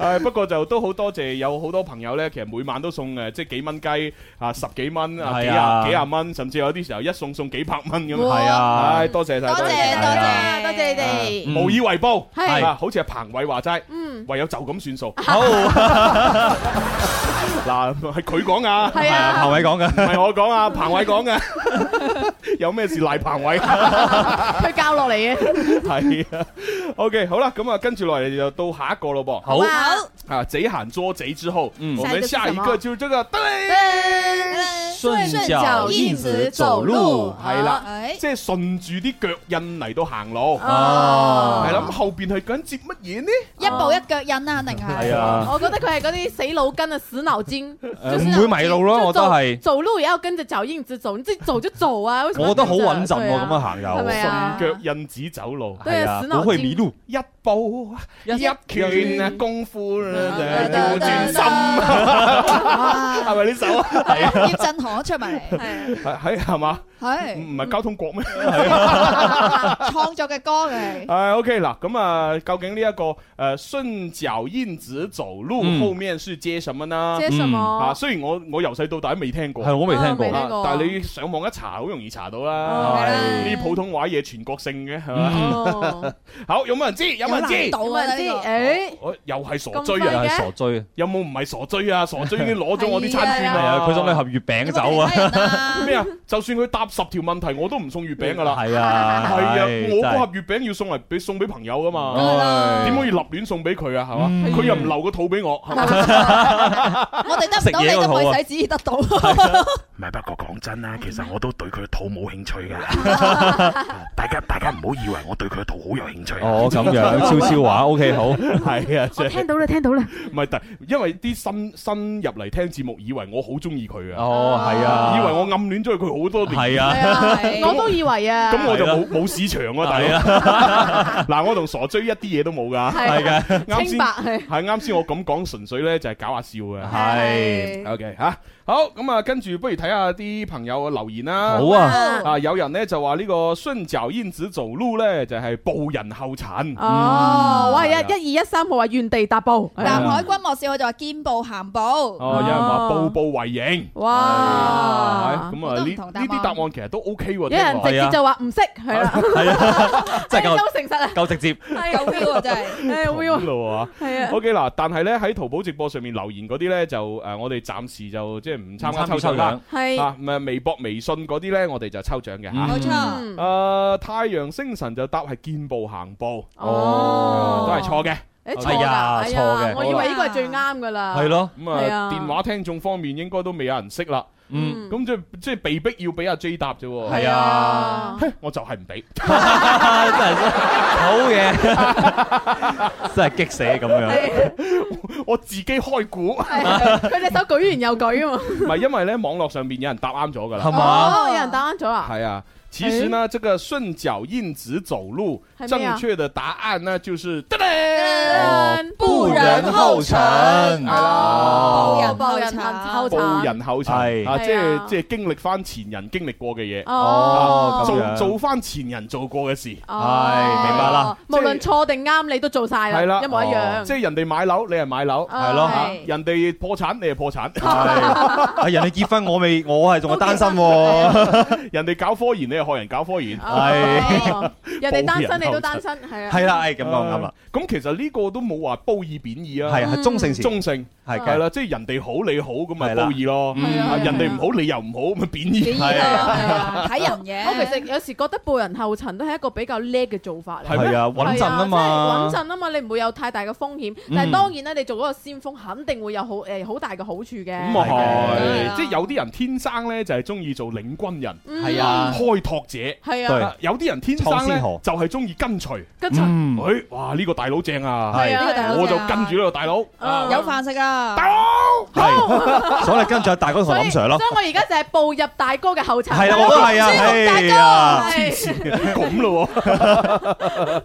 S3: 誒不過就都好多謝有好多朋友咧，其實每晚都送誒即係幾蚊雞啊，十幾蚊啊，幾
S12: 係啊
S3: 廿幾廿蚊，甚至有啲時候一送送幾百蚊咁。
S12: 哇係啊
S3: 唉多謝晒，多謝
S15: 啊多謝你哋。
S3: 無以為報，
S15: 係
S3: 啊，好似係彭偉話齋
S15: 嗯，
S3: 唯有就咁算數。
S12: 好
S3: 嗱，係佢講噶，
S12: 係啊彭偉講㗎
S3: 唔係我講啊，彭偉講噶，有咩事賴彭偉？
S4: 佢教落嚟 嘅。
S3: 係啊，OK，好啦，咁啊，跟住落嚟就到下一個咯噃。
S4: 好好
S3: 啊，贼喊捉贼之後，
S12: 嗯
S3: 我們下一個就是這個
S12: 順腳印子走路
S3: 係
S4: 啊
S3: 啦
S12: 好哎，
S3: 即係順住啲腳印嚟到行路。
S4: 啊
S12: 哦
S3: 係啦，咁後邊係緊接乜嘢呢？
S6: 一步一腳印啊，肯定
S3: 哦
S6: 係。
S12: 係啊
S4: 我覺得佢係嗰啲死腦筋啊，死腦筋。
S12: 誒唔會迷路咯，我都係。
S4: 走路也要跟着腳印子走，你自己走就走啊。為什麼
S12: 我覺得好穩
S4: 跟
S12: 陣
S4: 着
S12: 喎，咁樣行又
S4: 係咪啊
S3: 順腳印子走路，
S4: 對啊死腦筋
S12: 我會迷路。
S3: 一步一拳啊，功夫啦，調轉心， 係咪呢首啊？係啊
S6: 葉振棠都出埋嚟，係
S3: 係係係嘛？
S12: 哎
S6: 係
S3: 唔 係交通國咩？
S12: 嗯
S6: 創作嘅歌嘅。
S3: 哎，OK 啦，咁啊，究竟呢一個誒順腳印子走路
S12: 嗯
S3: 後面是接什麼呢？
S12: 接什麼
S3: 嗯啊，雖然我我由細到大都未聽過，
S12: 係我未聽過啊未聽過
S3: 啊但係你上網一查，好容易查到啦
S12: 哦。係啦
S3: 呢啲普通話嘢全國性嘅係
S12: 嗯
S3: 嘛？ 好，有冇人知？有冇人知？
S4: 有冇人知？誒，
S3: 我哦又係傻追
S4: 咁
S3: 啊！
S4: 快嘅
S12: 傻追，
S3: 有冇唔係傻追啊？傻追已經攞咗我啲餐券
S12: 係啊，
S3: 啦。
S12: 佢送你盒月餅走啊！
S3: 咩啊？就算佢答十條問題，我都唔送月餅噶啦。
S12: 係啊
S3: 係啊，
S12: 係
S3: 我嗰
S12: 真係
S3: 盒月餅要送嚟俾送俾朋友噶嘛，
S12: 唉
S3: 點可以立亂送俾佢啊？係嘛，
S12: 嗯
S3: 佢又唔留個肚俾我，係嘛？
S6: 我哋
S12: 啊
S6: 得唔到你都唔使旨意得到。
S1: 唔係，不過講真啦，其實我都對佢嘅肚冇興趣㗎。 大家大家唔好以為我對佢嘅肚好有興趣。
S12: 哦，咁樣悄悄 話，OK，好，
S3: 啊係啊，即係
S4: 到啦，哦聽到啦。
S3: 唔係，但因為啲新新入嚟聽節目，以為我好中意佢啊，
S12: 哦，係啊，
S3: 以為我暗戀咗佢好多年，
S12: 係啊
S4: 我都以為啊。
S3: 咁我就冇冇市場啊，大
S12: 啊
S3: 佬。嗱，我同傻追一啲嘢都冇㗎，
S4: 係啊
S12: 㗎
S3: 啱
S4: 清
S3: 先
S4: 白係
S3: 係啱先我咁講，純粹咧就係搞下笑嘅。
S12: 係
S3: OK 吓，好咁啊，跟住不如睇下啲朋友嘅留言啦。
S12: 好啊
S3: 啊有人咧就話呢個順腳印子走路咧就係步人後塵。
S12: 嗯
S4: 哦，哇！一
S3: 係啊
S4: 一二一三號話原地踏步，
S6: 南海君莫笑，我就話肩步行步。
S3: 哦，有人話步步為營。
S4: 哇
S3: 係咁啊，呢
S6: 同答
S3: 呢
S6: 案
S3: 啲答案其實都 OK 喎。
S4: 有人直接就話唔識，係啦，
S12: 係啊， 真係夠
S4: 都誠實啊，
S12: 夠直接。
S4: 係夠 feel 啊，真係，係 feel 啊。
S3: 咯
S4: 係啊
S3: OK 嗱，但係咧喺淘寶直播上面留言嗰啲咧，就誒我哋暫時就即係唔參加
S12: 唔參與
S3: 抽獎啦。
S12: 抽獎嗯
S3: 啊，唔係微博、微信嗰啲咧，我哋就抽獎嘅嚇。
S12: 冇
S6: 錯
S3: 誒，太陽星辰就答係見步行步。啊
S4: 哦
S3: 都係錯嘅。
S4: 誒錯
S3: 哎
S4: 㗎，
S3: 呀
S4: 哎
S3: 錯嘅
S4: 呀，我以為呢個係最啱㗎啦。
S3: 係咯，咁
S4: 係
S3: 啊
S4: 啊，
S3: 電話聽眾方面應該都未有人識啦。
S12: 嗯，
S3: 咁即係即係被逼要俾阿 J 答啫喎。
S12: 係啊
S3: 嘿，我就係唔俾。
S12: 真係好嘢， 真係激死咁樣。
S3: 我自己開估，
S4: 佢隻手舉完又舉啊嘛。
S3: 唔係因為咧網絡上邊有人答啱咗㗎啦。
S12: 係嘛
S4: 哦，有人打啱咗啊？
S3: 係啊，其实呢，这个顺脚印子走路
S4: 还，没有
S3: 正确的答案呢就是噔
S12: 哦
S4: 噔，
S3: 步人後塵哦係
S7: 啊
S12: 哦
S3: 啦
S4: 人後塵後
S3: 步
S4: 塵。
S3: 啊人後塵
S12: 係
S3: 啊，即
S4: 係
S3: 係
S4: 啊
S3: 即係經歷翻前人經歷過嘅嘢，
S4: 哦
S3: 啊
S4: 咁樣
S3: 做做翻前人做過嘅事，係明
S4: 哦
S3: 白啦。
S4: 無論錯定啱，你都做晒
S3: 係
S4: 啦，
S3: 啦，
S4: 一模一
S3: 哦
S4: 樣。哦
S3: 即係人哋買樓，你係買樓，
S4: 係咯
S3: 啊人哋破產，你係破產，
S12: 啊，人哋結婚我未，我係仲係單身喎。
S3: 人哋搞科研，你係學人搞科研，
S4: 哦人哋單
S3: 報人
S4: 身，你
S3: 後
S4: 都
S3: 塵
S4: 單身，係啊。
S3: 係啦，
S12: 係咁講啱啦。
S3: 咁其實呢個都冇話褒義貶義啊，
S12: 係係中性詞
S3: 中性
S12: 係
S3: 係啦，即係人哋好你好咁咪
S12: 係啦
S3: 褒義咯，
S12: 嗯
S3: 啊
S12: 係啊
S3: 人哋唔好你又唔好咪貶義，
S12: 係
S4: 啊我其實有時覺得步人後塵都係一個比較叻嘅做法嚟。
S12: 係咩係啊穩
S4: à,
S12: 陣啊嘛
S4: 係啊即係穩陣啊嘛，你唔會有太大嘅風險。
S3: 嗯
S4: 但係當然咧，你做嗰個先鋒，肯定會有好誒好大嘅好處嘅。
S3: 咁啊係，即
S4: 係
S3: 係有啲人天生咧就係中意做領軍人，
S4: 嗯係啊
S3: 開拓者，
S4: 係啊對
S3: 有啲人天生
S12: 創
S3: 咧
S12: 先
S3: 就
S12: 河
S3: 係中意跟隨，
S4: 跟隨
S3: 嗯，誒，哇呢個大佬正啊，
S12: 係呢個大佬
S3: 我就
S12: 正
S6: 啊
S3: 跟住呢個大佬，
S4: Ờ.
S3: 啊
S6: 有飯食啊！
S12: 係，所以跟住阿大哥同阿林 Sir 咯
S4: 所。以我而家就係步入大哥嘅後塵。
S12: 係啊，我都係啊，哎呀，
S4: 係
S3: 咁咯喎，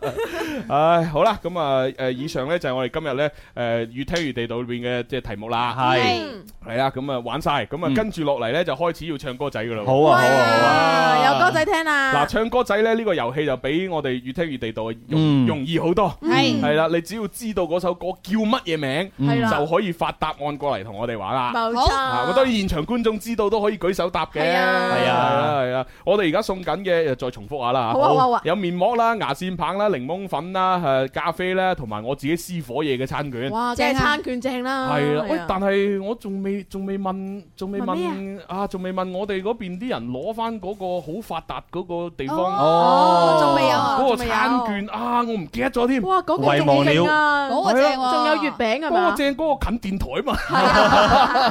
S3: 唉，好啦，咁啊，誒，以上咧就係我哋今日咧，誒，越聽越地道裏邊嘅即係題目啦，
S12: 係
S4: 嗯
S3: 係啦，咁啊玩晒，咁
S12: 嗯
S3: 啊跟住落嚟咧就開始要唱歌仔噶啦，
S12: 好啊好啊好
S4: 啊有歌仔聽
S3: 嗱，
S4: 啦。
S3: 唱歌仔咧呢個遊戲就比我哋越聽越地道容
S12: 嗯
S3: 容易好多，
S4: 係
S3: 係啦，你只要知道嗰首歌叫乜嘢名，
S4: 係啦
S3: 就可以發答案過嚟同我哋玩啦。
S4: 冇錯
S3: 啊我當然現場觀眾知道都可以舉手答嘅，
S4: 係啊
S12: 係啊
S3: 係啊，我哋而家送緊嘅再重複下啦，
S4: 好啊好啊好啊
S3: 有面膜啦、牙線棒啦、檸檬粉啦、誒咖啡啦，同埋我自己私伙嘢嘅餐券。
S4: 哇，嘅餐券正啦。
S3: 啊係啦，喂
S4: 啊，
S3: 但係我仲未仲未問，嗯仲未
S4: 問
S3: 問
S4: 咩
S3: 啊，仲未問我哋嗰邊啲人攞翻嗰個好發達嗰個地方，
S12: 哦仲未有啊
S3: 嗰個
S12: 仲未有
S3: 餐券啊，我唔記得咗添。
S4: 哇，嗰個
S12: 遺
S4: 仲
S12: 忘了
S4: 勁啊，
S12: 嗰個正
S4: 係啊
S12: 喎啊
S4: 仲有月餅係
S3: 嗰
S4: 嘛
S3: 個？正，嗰個近電 台嘛。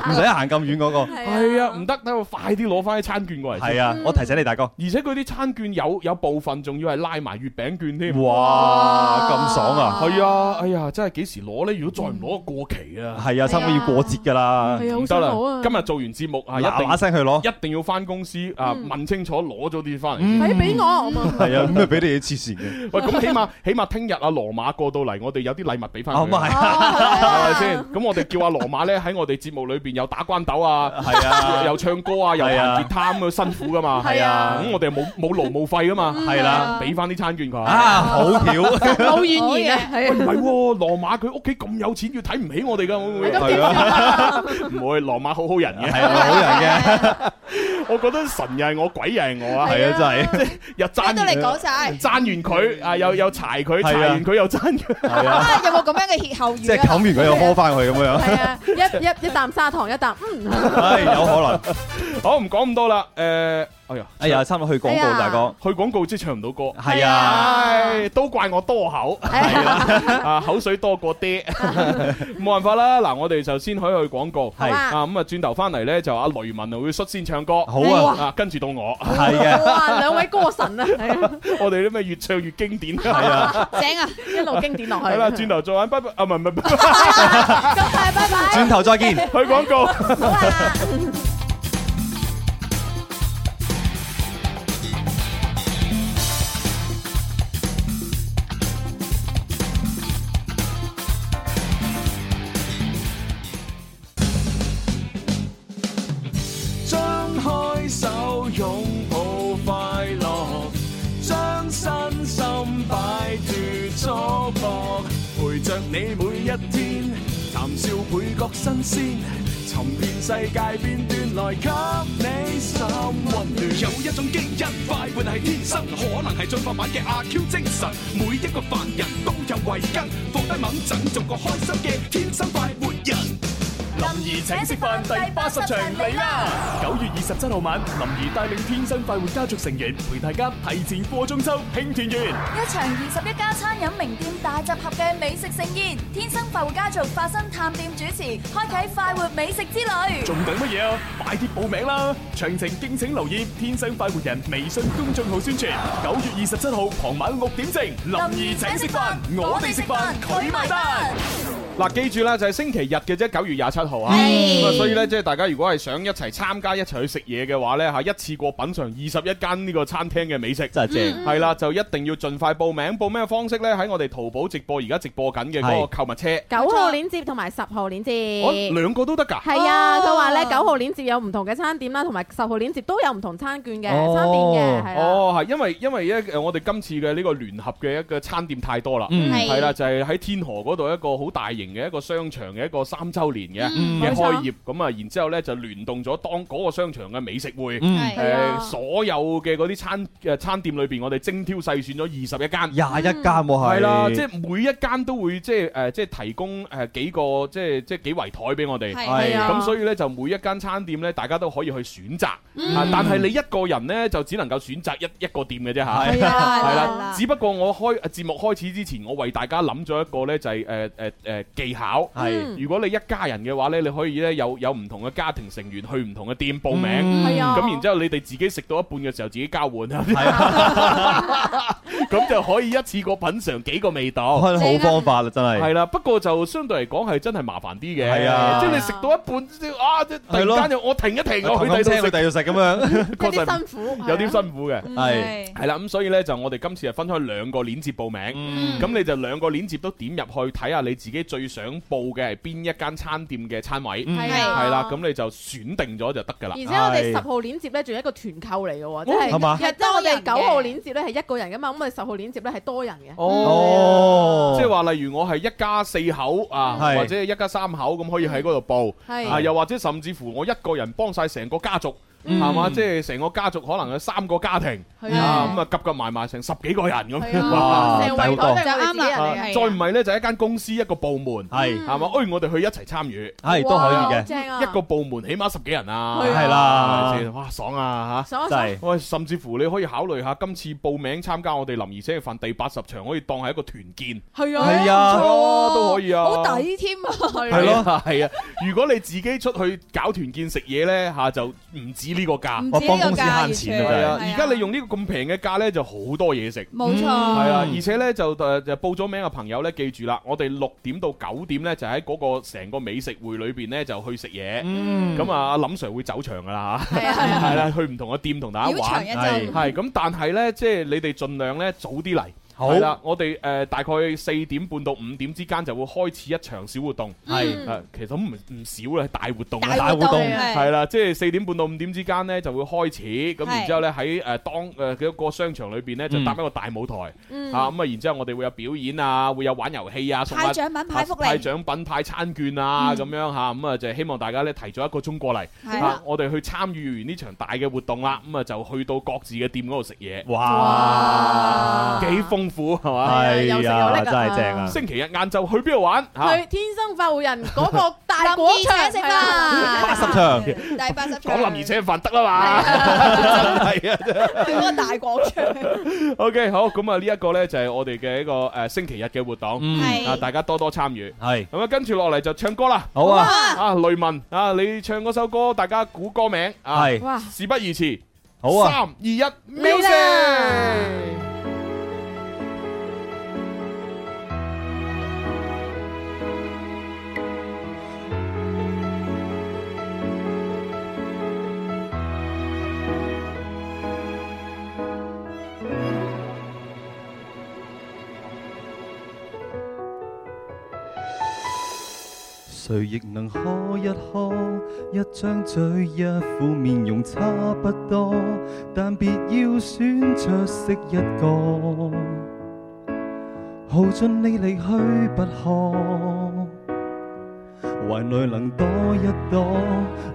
S12: 唔使行咁遠嗰個。
S3: 係啊，唔得，等我快啲攞翻啲餐券過嚟先。
S12: 係啊，我提醒你大哥。
S3: 而且佢啲餐券有有部分仲要係拉埋月餅券添。
S12: 哇，咁爽啊！
S3: 係啊，哎呀，真係幾時攞呢？如果再唔
S4: 嗯
S3: 攞，過期啊！
S12: 係啊，差唔多要過節㗎啦。
S3: 唔得啦！今日做完節目啊，一定
S12: 嗱嗱聲去攞
S3: 一定要翻公司啊，問清楚攞咗啲翻
S12: 嗯
S3: 嚟。
S4: 快啲俾我啊咁啊！
S12: 係啊，咁咪俾你哋黐線嘅。
S3: 喂，咁起碼起碼聽日阿羅馬過到嚟，我哋有啲禮物俾翻佢，
S12: 哦咁啊係
S3: 係咪先？咁我哋叫阿羅馬咧喺我哋節目裏邊有打關鬥啊，
S12: 係啊
S3: 又唱歌啊，又
S12: 係啊
S3: 彈吉他咁啊，辛苦噶嘛，
S12: 係啊嗯
S3: 咁我哋冇冇勞務費噶嘛，
S12: 係啦
S3: 俾翻啲餐券佢
S12: 啊好巧
S4: 冇怨言啊
S3: 喂
S4: 係啊
S3: 唔係喎，哦羅馬佢屋企咁有錢，要睇唔起我哋噶，會唔會？
S4: 咁點
S3: 唔會，羅馬好好人嘅，係
S12: 啊，好人嘅。
S3: 我覺得神又係我，鬼又係我啊！
S12: 係啊真
S3: 係，又讚
S6: 聽
S3: 完
S6: 到你講晒
S3: 讚完佢啊，又又柴佢，
S12: 係啊
S3: 柴完佢又讚佢，
S6: 啊，有冇咁樣嘅歇後語啊？
S12: 即係冚完佢又呵翻佢咁樣，
S4: 一啊一一啖砂糖，一啖嗯。
S12: 唉，有可能。
S3: 好，唔講咁多啦。誒，哎呀，
S12: 啊哎呀，差唔多去廣告，大哥。
S3: 去廣告即係唱唔到歌，
S12: 係啊，
S3: 唉，都怪我多口，啊，口水多過爹， 冇辦法啦。嗱，我哋就先可以去廣告，
S12: 係
S3: 啊，咁啊，轉頭翻嚟咧就阿雷文啊會率先唱歌，
S12: 好啊
S3: 啊，跟住到我，
S12: 係嘅
S4: 哇，兩位歌神啊，係啊
S3: 我哋啲咩越唱越經典，係
S12: 啊，
S4: 正啊，一路經典落去。
S3: 係啦，轉頭再玩，拜拜，啊，唔係唔係唔係。
S12: 轉頭再啊見。
S3: 去廣告。
S1: 張開手擁抱快樂，將身心擺脱束縛，陪着你每一天，談笑倍覺新鮮，尋遍世界片段來給你心温暖。
S16: 有一種基因快活係天生，可能係進化版嘅阿 Q 精神。每一個凡人都有慧根，放低猛陣，做個開心嘅天生快活人。
S1: 林怡請食飯第八十場嚟啦！九月二十七號晚，林怡帶領天生快活家族成員陪大家提前過中秋慶團圓。
S2: 一場二十一家餐飲名店大集合嘅美食盛宴，天生快活家族發生探店主持，開啟快活美食之旅。
S1: 仲等乜嘢啊？快啲報名啦！詳情敬請留意天生快活人微信公眾號宣傳。九月二十七號傍晚六點正，林怡請食飯，我哋食飯，佢埋單。
S3: 嗱，記住啦，就係星期日嘅啫，九月廿七號啊。
S5: 係
S3: 咁啊，所以咧，即係大家如果係想一齊參加、一齊去食嘢嘅話咧，嚇一次過品嚐二十一間呢個餐廳嘅美食，真係
S12: 正
S3: 係啦，就一定要盡快報名。報咩方式咧？喺我哋淘寶直播而家直播緊嘅嗰個購物車。
S4: 九號鏈接同埋十號鏈
S3: 哦，
S4: 接。
S3: 兩個都得㗎。
S4: 係啊，佢話咧九號鏈接有唔同嘅餐點啦，同埋十號鏈接都有唔同餐券嘅
S3: 哦
S4: 餐點嘅，係啊。
S3: 哦，係因為因為咧，誒我哋今次嘅呢個聯合嘅一個餐店太多啦，
S4: 嗯係
S3: 係啦，就係喺天河嗰度一個好大型嘅一個商場嘅一個三週年
S12: 嗯
S3: 嘅嘅
S12: 冇錯
S3: 開業，咁啊，然之後咧就聯動咗當嗰個商場嘅美食會，
S12: 嗯係
S3: 誒所有嘅嗰啲餐誒餐店裏邊，我哋精挑細選咗二十一間，
S12: 廿一間喎係
S3: 係啦，即係每一間都會即係誒即係提供誒幾個即係即係幾圍台俾我哋，
S12: 係係啊
S3: 咁所以咧就每一間餐店咧，大家都可以去選擇，
S12: 嗯
S3: 啊但係你一個人咧就只能夠選擇一一個店嘅啫 嚇，
S12: 係啊
S3: 係
S12: 係
S3: 啦
S12: 啦。
S3: 只不過我開節目開始之前，我為大家諗咗一個咧就係誒誒誒技巧，
S12: 係
S3: 如果你一家人嘅話咧，你可以咧有有唔同嘅家庭成員去唔同嘅店報名，
S12: 嗯係啊
S3: 咁然之後你哋自己食到一半嘅時候自己 交換啊， 咁就可以一次過品嚐幾個味道，
S12: 好方法啦，真係。
S3: 係啦，不過就相對嚟講係真係麻煩啲嘅，
S12: 係啊
S3: 即係你食到一半即係啊，即係突然
S12: 係咯
S3: 間就我停一停，我去
S12: 我
S3: 第
S12: 聽
S3: 二度
S12: 佢
S3: 食
S12: 第二度食咁樣，
S3: 確實
S4: 辛苦
S3: 有啲辛苦嘅，
S4: 嗯
S12: 係
S3: 係啦，咁所以呢，就我哋今次係啊分開兩個鏈接報
S4: 嗯
S3: 名，咁你就兩個鏈接都點入去睇下你自己最想報嘅係邊一間餐店嘅餐位，
S4: 嗯係啊
S3: 係啦，咁你就選定咗就得㗎啦。
S4: 而且我哋十號鏈接咧，仲有一個團購嚟嘅喎，即
S3: 係嘛
S4: 係因為即係我哋九號鏈接咧係一個人噶嘛，咁我哋十號鏈接咧係多人
S12: 嗯
S4: 嘅。
S3: 哦，即係話例如我係一家四口啊，
S12: 係
S3: 或者一家三口咁可以喺嗰度報，
S4: 係
S3: 啊又或者甚至乎我一個人幫晒成個家族。
S12: 嗯
S3: 係嘛？即係成個家族可能有三個家庭，
S12: 係啊
S3: 啊咁啊，夾夾埋埋成十幾個人
S12: 係
S3: 咁，
S12: 啊成圍台都係我哋自己人嚟嘅
S3: 啊再唔係呢，就一間公司一個部門，係係嘛？哎，我哋去一齊參與，
S12: 係都可以嘅哇正啊
S3: 一個部門起碼十幾人啊，
S12: 係啊係啦
S3: 係咪先哇爽啊嚇！
S12: 爽啊爽真係
S3: 喂，甚至乎你可以考慮下今次報名參加我哋林兒姐嘅飯第八十場，可以當係一個團建。
S4: 係
S3: 啊係啊唔錯喎都可以啊
S5: 好抵添啊，
S3: 係咯，係啊！如果你自己出去搞團建食嘢咧嚇，就唔止呢個價，
S5: 唔止呢個價哇幫公司慳錢啊
S3: 係啊！
S5: 真係
S3: 而家你用呢個咁平嘅價咧，就好多嘢食。
S5: 冇錯
S3: 係啊！而且咧就誒就報咗名嘅朋友咧，記住啦，我哋六點到九點咧就喺嗰個成個美食會裏邊咧就去食嘢。
S12: 嗯
S3: 咁啊，阿林 Sir 會走場噶啦嚇，
S5: 啊
S3: 係啦，去唔同嘅店同大家
S12: 繞場
S3: 玩。
S12: 一周
S3: 係咁，但係咧即係你哋盡量咧早啲嚟。
S12: 好
S3: 係啦，我哋誒大概四點半到五點之間就會開始一場小活動，
S12: 嗯係
S3: 誒其實都唔唔少啦，大活動啦，
S12: 大活動大活動係
S3: 係啦，即係四點半到五點之間咧就會開始，咁
S12: 係
S3: 然之後咧喺誒當誒嗰個商場裏邊咧就
S12: 嗯
S3: 搭一個大舞台，
S12: 嗯
S3: 啊咁啊，然之後我哋會有表演啊，會有玩遊戲啊，送下
S12: 派獎品派福利
S3: 派獎品、派餐券啊
S12: 嗯
S3: 咁樣嚇，咁啊就希望大家咧提早一個鐘過嚟，
S12: 係
S3: 啊
S12: 啦
S3: 我哋去參與完呢場大嘅活動啦，咁啊就去到各自嘅店嗰度食嘢，
S12: 哇
S3: 幾豐富係嘛？
S12: 係啊有食有啊拎啊真係正
S17: 嗯
S12: 啊
S3: 星期日晏晝去邊度玩？嚇
S4: 去天生發護人嗰 個大廣場食
S3: 八
S4: 啦，
S3: 十場，
S4: 第八十
S3: 講林兒請飯得啦嘛， 係啊，真係
S15: 嗰個大廣場。
S3: OK，好，咁啊呢一個呢就係我哋嘅一個誒星期日嘅活動，
S12: 係
S3: 啊大家多多參與，係咁啊跟住落嚟就唱歌啦，
S12: 好啊
S3: 啊雷文啊你唱嗰首歌，大家估歌名啊，
S12: 係哇
S3: 事不宜遲，
S12: 好啊
S3: 三二一
S12: 嚟
S3: ，music。
S10: 谁亦能呵一呵，一張嘴，一副面容差不多，但別要選出色一個，耗盡你力去不可。懷內能多一多，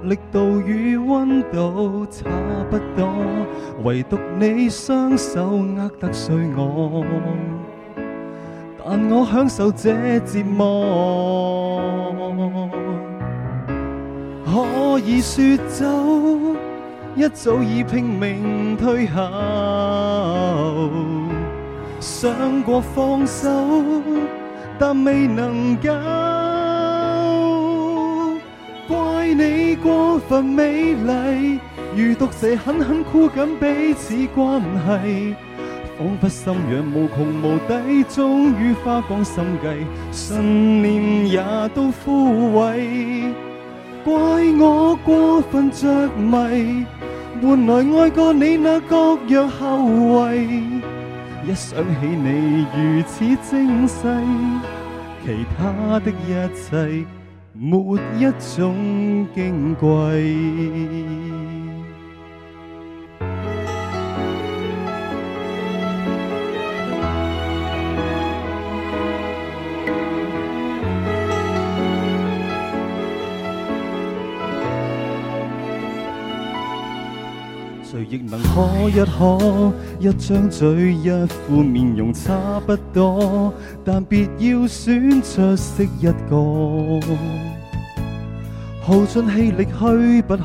S10: 力度與温度差不多，唯獨你雙手握得碎我。但我享受這折磨。可以說走，一早已拼命退後。想過放手，但未能夠。怪你過分美麗，如毒蛇狠狠箍緊彼此關係。仿佛心痒無窮無底，終於花光心計，信念也都枯萎。怪我過分着迷，換來愛過你那各樣後遺。一想起你如此精細，其他的一切沒一種矜貴。谁亦能可一可，一張嘴一副面容差不多，但別要選出色一個，耗盡氣力去不可，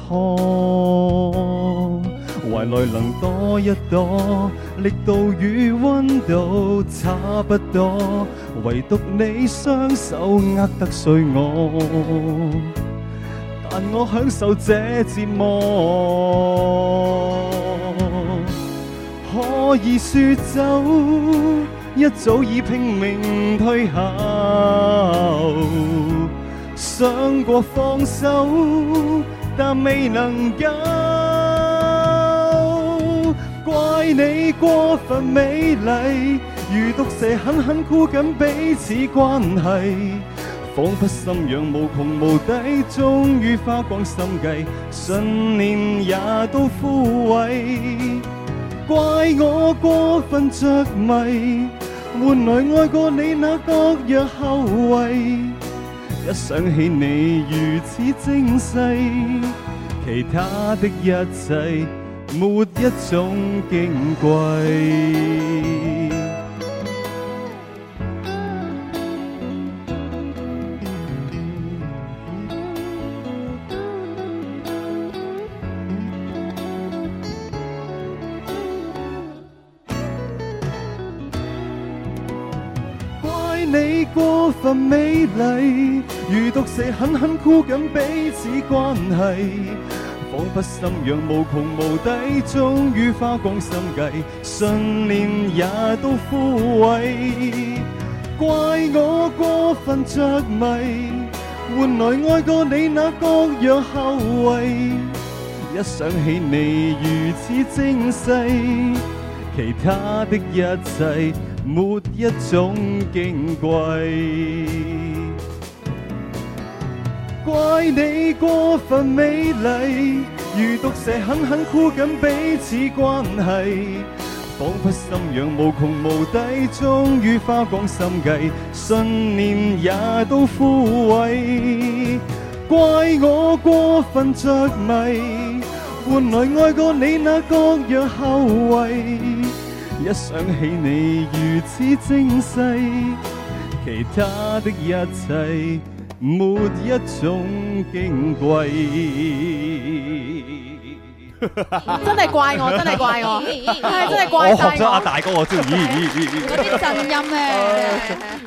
S10: 懷內能多一朵，力度與温度差不多，唯獨你雙手握得碎我。但我享受這折磨。可以説走，一早已拼命退後。想過放手，但未能夠。怪你過分美麗，如毒蛇狠狠箍緊彼此關係。仿佛心癢無窮無底，終於花光心計，信念也都枯萎。怪我過分着迷，換來愛過你那各樣後遺。一想起你如此精細，其他的一切沒一種矜貴。怪你過分美麗，如毒蛇狠狠箍緊彼此關係，仿佛心癢無窮無底，終於花光心計，信念也都枯萎。怪我過分着迷，換來愛過你那各樣後遺。一想起你如此精細，其他的一切沒一種矜貴。怪你過分美麗，如毒蛇狠狠箍緊彼此關係，仿佛心癢無窮無底，終於花光心計，信念也都枯萎。怪我過分着迷，換來愛過你那各樣後遺。一想起你如此精細，其他的一切沒一種矜貴。
S4: 真係怪我，真係怪我， 係真係怪
S12: 我學
S4: 晒
S12: 咗阿
S4: 我。
S12: 大哥我知，咦 咦咦咦，
S4: 啲震音咧，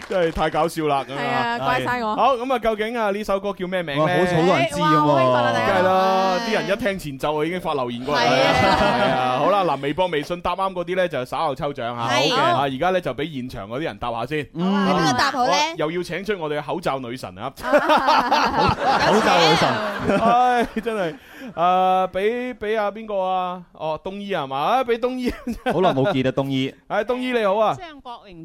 S3: 真係太搞笑啦！咁
S4: 係啊怪晒我
S3: 好咁啊，究竟啊呢首歌叫咩名咧？
S12: 哇好似好多人知咁喎哇好興奮啊大家
S3: 梗係啦，啲人一聽前奏已經發留言過嚟啦。係啊，好啦，嗱，微博、微信答啱嗰啲咧就稍後抽獎嚇。好嘅
S6: 係
S3: 啊，而家咧就俾現場嗰啲人答下先。
S6: 你邊個答好咧
S3: 哇？又要請出我哋嘅口罩女神啊！
S12: 口罩女神。
S3: 唉，真係誒，俾俾阿邊個啊？哦，東醫係嘛？啊，俾東醫。
S12: 好耐冇見啦，東醫。
S3: 唉，東醫你好啊！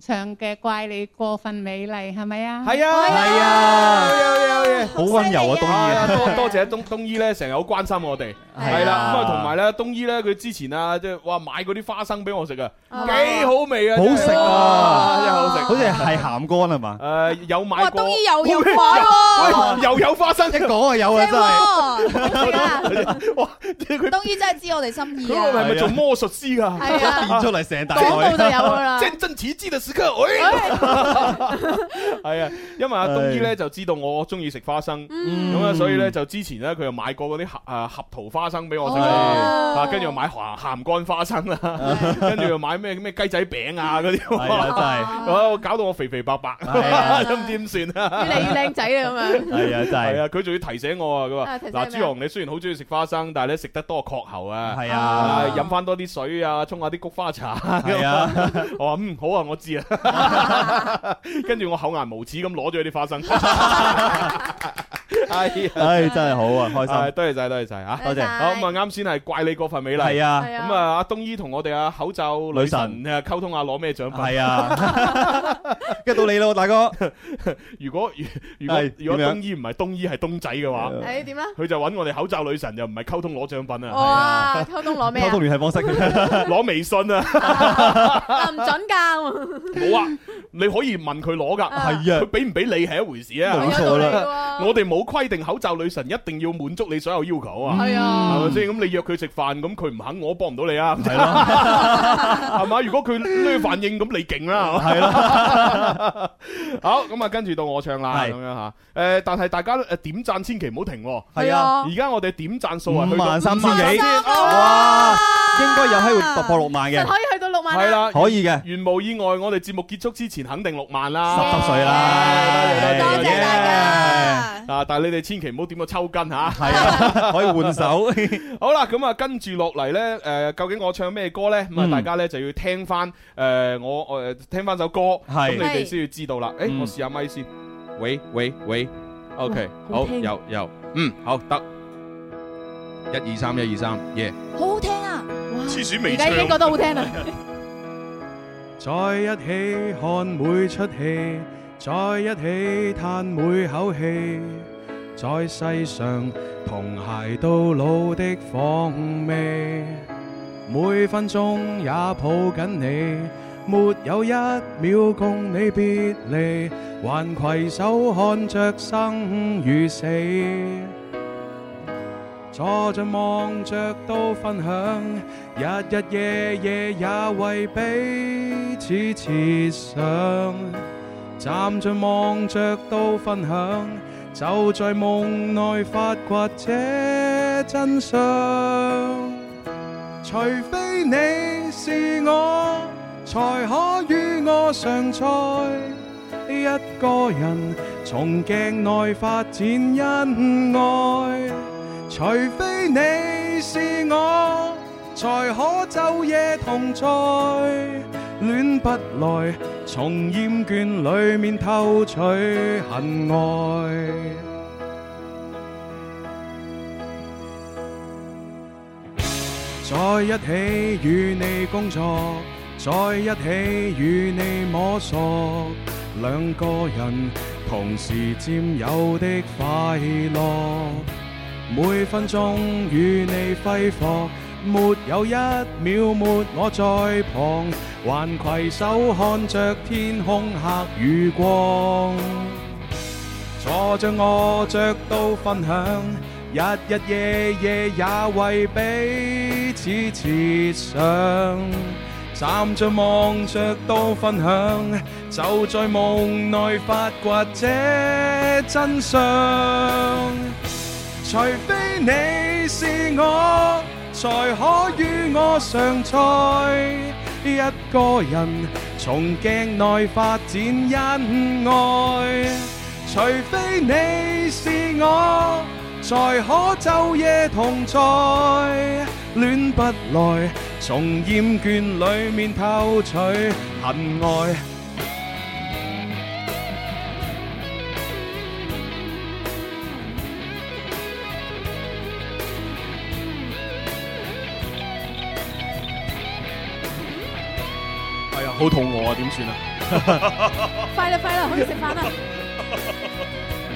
S18: 唱嘅怪你過分美麗係咪啊？
S3: 係啊，
S12: 係啊，好温柔啊，東醫
S3: 啊
S12: 啊，
S3: 多多謝東東醫咧，成日好關心我哋，係啦。咁啊，同埋咧，東醫咧，佢之前啊，即係哇買嗰啲花生俾我食啊，幾好味啊，
S12: 好食啊，
S3: 真係好食。
S12: 好似係鹹乾係嘛？
S3: 誒有買過，
S12: 哇東醫又有
S3: 喂
S12: 買喎
S3: 喂 又有花生，
S12: 一講啊有啊
S4: 哦
S12: 真係
S6: 東醫真係知我哋心
S4: 啊
S6: 意
S3: 嗰個係咪做魔術師㗎？
S6: 係啊
S12: 變出嚟成大
S6: 廣告就有
S4: 哎
S6: 㗎啦
S3: 真真奇蹟嘅時刻， 喂，係啊，因為阿東醫咧就知道我中意食花生，
S12: 嗯
S3: 咁啊，所以咧就之前咧佢又買過嗰啲合誒合桃花生俾我食，
S12: 哦
S3: 啊，跟住又買鹹鹹乾花生啦， 跟住又買咩咩雞仔餅啊嗰啲，
S12: 係啊真係
S3: 哇，搞到我肥肥白白，都唔知點算啊！
S4: 越嚟越靚仔啊咁樣。樣。
S10: 係啊真係
S3: 係啊，佢仲要提醒我啊，佢話
S4: 啊提醒
S3: 嗱，
S4: 你
S3: 朱
S4: 咩
S3: 紅你雖然好中意食花生，但係咧食得多確喉啊，
S10: 係啊
S3: 飲翻多啲水啊，沖下啲菊花茶，
S10: 係啊，
S3: 我話嗯好啊，我知啊， 跟住我厚顏無恥咁攞咗啲花生，係啊
S10: 唉，真係好啊，開
S3: 係
S10: 心。
S3: 多謝晒，多謝晒吓，
S10: 多謝
S3: 好咁啊，啱先係怪你嗰份美麗，
S10: 係啊係啊
S3: 咁啊，阿東姨同我哋啊口罩女神啊溝通下攞咩獎品，
S10: 係啊， 跟住到你咯，大哥。
S3: 如果如果
S10: 係
S3: 如
S10: 點
S3: 果
S10: 樣啊
S3: 東姨唔係東姨係東仔嘅話，
S4: 誒點咧？
S3: 佢就揾我哋口罩女神，就唔係溝通攞獎品
S10: 哦
S3: 啊，
S4: 哇！溝通攞咩
S3: 溝
S4: 啊
S3: 通？
S10: 聯繫方式，
S3: 攞微信啊，
S4: 啊唔準㗎。
S3: 冇啊，你可以問佢攞㗎，
S10: 係啊
S3: 佢俾唔俾你係一回事啊，
S10: 冇錯啦
S3: 我哋冇規定口罩女神一定要滿足你所有要求啊，
S10: 係啊
S3: 係咪先？咁你約佢食飯，咁佢唔肯，我幫唔到你啊，係
S10: 咯，
S3: 係嘛？如果佢呢反應，咁你勁啦，
S10: 係
S3: 咯。 好，咁啊，跟住到我唱啦，
S10: 係
S3: 咁樣吓。誒，但係大家誒點讚千祈唔好停喎，
S10: 係啊
S3: 而家我哋點讚數啊，去到
S10: 萬三千幾，
S3: 哇！
S10: 應該有喺度突破六萬嘅，
S4: 可以去到六萬
S3: 係啦，
S10: 可以嘅，
S3: 原無意外，我哋節目結束之前肯定六萬啦，
S10: 濕濕碎啦，多謝大家。
S3: 啊！但係你哋千祈唔好點個抽筋吓，
S10: 係 啊，可以換手。
S3: 好啦，咁啊，跟住落嚟呢，誒，究竟我唱咩歌呢？咁啊，
S10: 嗯
S3: 大家呢就要聽翻誒，我我誒聽翻首歌，咁
S10: 係
S3: 你哋先要知道啦。誒，我試下咪先。喂喂喂，OK，
S10: 哇好
S3: 好，
S10: 聽
S3: 有有，嗯，好得。一二三，一二三，耶！
S4: 好好聽啊！
S3: 黐線
S4: 而家已經覺得好聽啦。
S17: 在一起看每出戲，在一起嘆每口氣，在世上同偕到老的況味，每分鐘也抱緊你，沒有一秒共你別離，還攜手看着生與死。坐着望着都分享，日日夜夜也為彼此設想。站着望着都分享，就在夢內發掘這真相。除非你是我，才可與我常在。一個人從鏡內發展恩愛，除非你是我，才可晝夜同在。戀不來，從厭倦裡面偷取恨愛。在一起與你工作，在一起與你摸索，兩個人同時佔有的快樂，每分鐘與你揮霍，沒有一秒沒我在旁，還攜手看着天空黑與光。坐着餓着都分享，日日夜夜也為彼此設想。站着望着都分享，就在夢內發掘這真相。除非你是我，才可與我常在。一個人從鏡內發展恩愛，除非你是我，才可晝夜同在。戀不來，從厭倦裡面偷取恨愛。
S3: 係啊，好肚餓啊，點算 啊？
S4: 快啦快啦，可以食飯啦！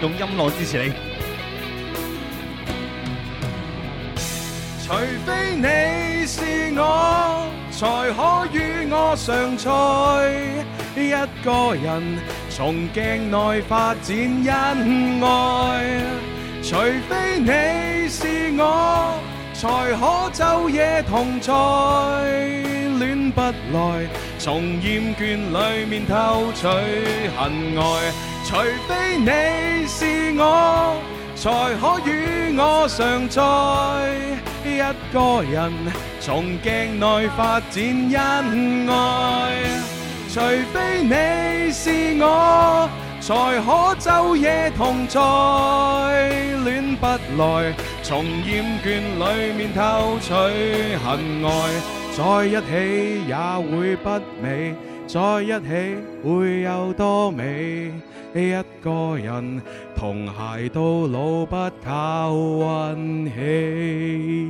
S10: 用音樂支持你。
S17: 除非你是我，才可與我常在。一個人從鏡內發展恩愛，除非你是我，才可晝夜同在。戀不來，從厭倦裡面偷取恨愛，除非你是我。才可與我常在。一個人從鏡內發展恩愛，除非你是我，才才可晝夜同在，戀不來，從厭倦裡面偷取恨愛，在一起也會不美，在一起會有多美？一個人同偕到老，不靠運氣。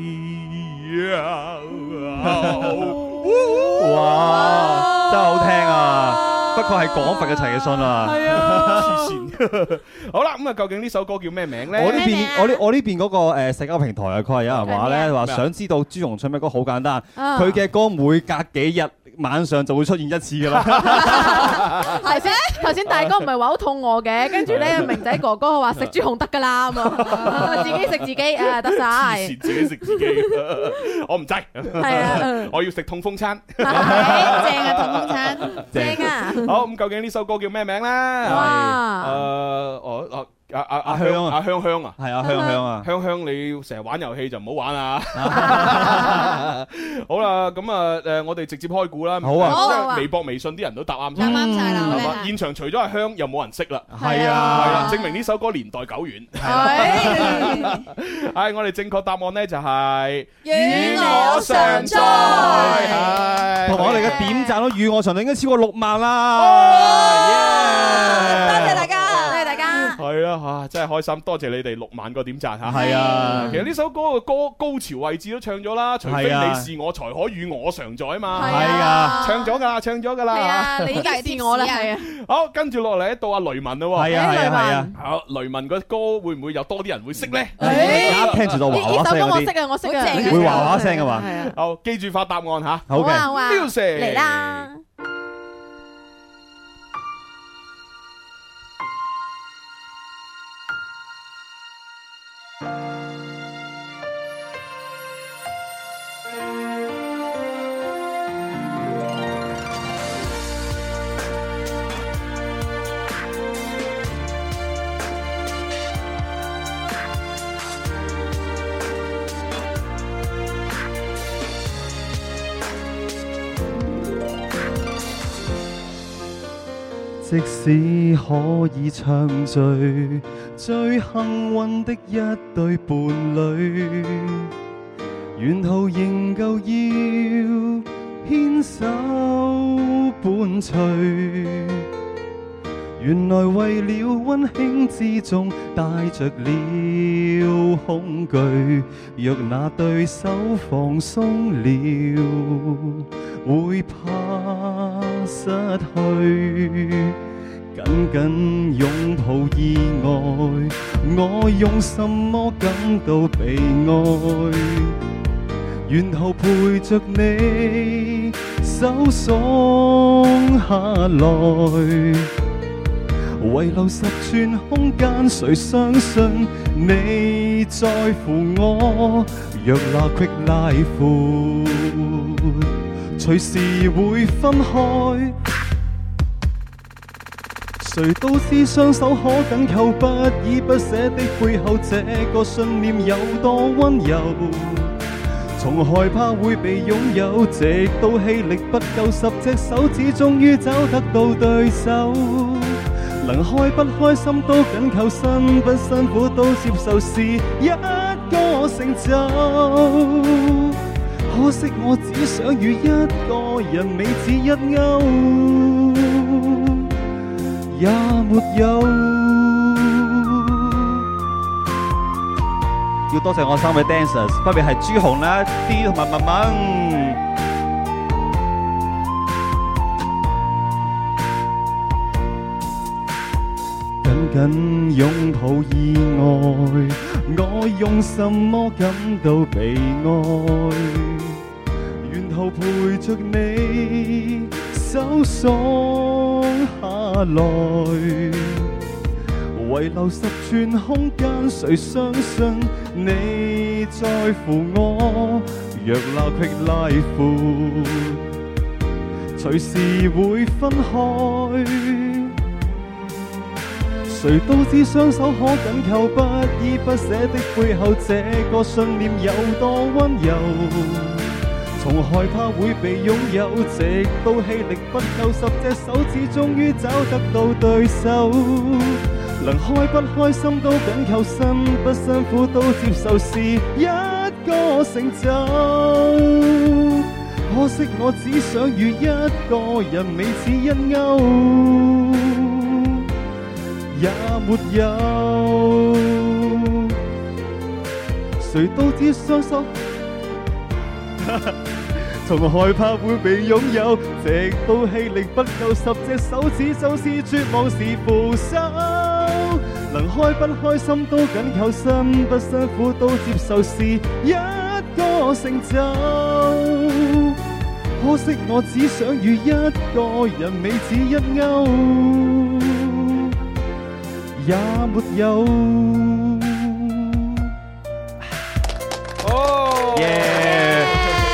S12: 哇，真係好聽啊！不愧係廣佛嘅陳奕迅啊！
S3: 係啊，好啦，咁啊，究竟呢首歌叫咩名咧？
S12: 我呢
S4: 啊
S12: 邊我呢我呢邊嗰個誒社交平台啊，佢係有人話
S3: 咩
S12: 咧
S3: 啊
S12: 話想知道朱紅唱咩歌好簡單，
S4: 啊
S12: 佢嘅歌每隔幾日晚上就會出現一次㗎啦。
S4: 頭先頭先大哥唔係話好肚餓嘅，跟住咧明仔哥哥話食豬紅得㗎啦咁啊，自己食自己啊得晒。
S3: 自己食自己，我唔制。係
S4: 啊，
S3: 我要食痛風餐。
S4: 正啊，同風產正啊！
S3: 好，咁究竟呢首歌叫咩名咧？
S4: 哇
S3: 誒，我我。阿阿阿
S12: 阿香
S3: 香
S12: 啊
S3: 阿香香啊，
S12: 係啊香香啊
S3: 香香你成日玩遊戲就唔好玩啊！好啦，咁啊誒，我哋直接開估啦。
S12: 好啊好啊
S3: 即係微博、微信啲人都答啱晒，答
S12: 啱晒啦好
S3: 係
S12: 叻
S3: 嘛？現場除咗阿香，又冇人識啦。
S12: 係啊
S3: 係啦，證明呢首歌年代久遠。
S1: 아,
S3: 係，我哋正確答案咧就係
S1: 예.
S7: 與
S12: 我常在
S3: 係
S12: 同埋我哋嘅點讚都與我常在已經超過六萬
S4: 哦
S12: 啦！
S3: 多謝
S4: 大家，多謝大家。
S3: 係啦，嚇真係開心，多謝你哋六萬個點讚嚇。
S12: 係啊
S3: 其實呢首歌嘅歌高潮位置都唱咗啦，除非
S12: 係啊
S3: 你是我，才可與我常在啊嘛。
S12: 係啊
S3: 唱咗㗎啦，唱咗㗎啦。
S4: 係啊， 你已
S3: 嚇
S4: 經是我啦，係啊。
S3: 好，跟住落嚟到阿雷文啦喎。
S12: 係啊係啊係啊。
S3: 好，雷文個歌會唔會有多啲人會識咧？
S12: 啱聽住到
S4: 呢
S12: 娃娃
S4: 呢
S12: 聲
S4: 首歌我
S12: 嗰
S4: 識
S12: 啲，
S4: 啊，我識啊，
S12: 會娃娃聲嘅嘛？
S3: 好，記住發答案嚇。
S12: 好嘅
S4: 好啊
S3: Music
S4: 嚟啦！
S10: 即使可以暢聚，最幸運的一對伴侶，沿途仍舊要牽手伴隨。原來為了温馨之中帶着了恐懼，若那對手放鬆了，會怕失去。緊緊擁抱意外，我用什麼感到被愛？沿途陪着你，手鬆下來。遺留十寸空間，誰相信你在乎我？若那隙拉闊，隨時會分開。誰都知雙手可緊扣，不依不捨的背後，這個信念有多温柔。從害怕會被擁有，直到氣力不夠，十隻手指終於找得到對手。能開不開心都緊扣，辛不辛苦都接受，是一個成就。可惜我只想與一個人，美指一勾，也沒有。
S12: 要多謝我三位 dancers，分別係朱紅啦、D 同埋文文。
S10: 緊緊擁抱意外，我用什麼感到被愛？沿途陪着你，手鬆下來。遺留十寸空間，誰相信你在乎我？若鬧劇拉闊，隨時會分開。誰都知雙手可緊扣，不依不捨的背後，這個信念有多温柔。從從害怕會被擁有，直到氣力不夠，十隻手指終於找得到對手。能開不開心都緊扣，辛不辛苦都接受，是一個成就。可惜我只想與一個人美似一勾，也沒有。誰都只相信。從害怕會被擁有，直到氣力不夠，十隻手指就是絕望是扶手。能開不開心都緊扣，辛不辛苦都接受，是一個成就。可惜我只想與一個人美似一勾，也沒有。
S12: Oh！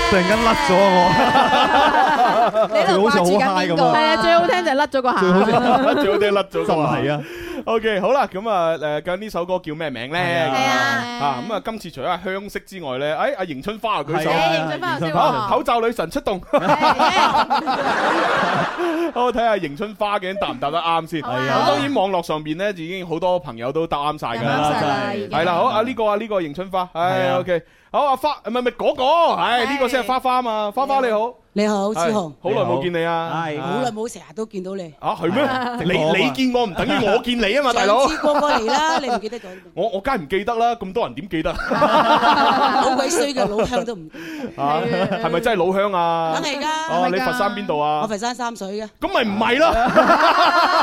S10: 突然間甩咗我，
S4: 你喺度掛住緊邊個？係啊，最好聽就係甩咗個下。
S3: 最好聽甩咗個下
S10: 真係啊
S3: ！OK，好啦，咁啊誒，究竟呢首歌叫咩名咧？係啊，啊咁啊，今次除咗香色之外咧，誒阿迎春花啊舉手，
S4: 係啊迎春花頭先
S3: 好口罩女神出動，好睇下迎春花究竟答唔答得啱先。係
S12: 啊
S3: 當然網絡上邊咧已經好多朋友都答啱晒㗎
S12: 答啱晒
S3: 啦
S12: 啦已，經
S3: 係啦，好啊呢個啊呢個迎春花，
S12: 係
S3: 唉
S12: 啊
S3: OK，好啊花唔係唔係嗰個，唉呢個先係花花啊嘛，花花你好。
S19: 你好，
S3: 係
S19: 志雄，
S3: 好耐冇見你啊係
S19: 好耐冇成日都見到你。
S3: 啊，係咩？
S19: 係啊
S3: 你你見我唔等於我見你啊嘛，大佬。
S19: 上次過過嚟啦，你唔記得咗？
S3: 我我梗係唔記得啦，咁多人點記得？
S19: 好鬼衰嘅老鄉都唔，
S3: 啊係咪真係老鄉啊？
S19: 梗係㗎
S3: 哦，
S19: 係咪
S3: 你
S19: 㗎
S3: 佛山邊度啊
S19: 我？佛山三水嘅，
S3: 咁咪唔係咯？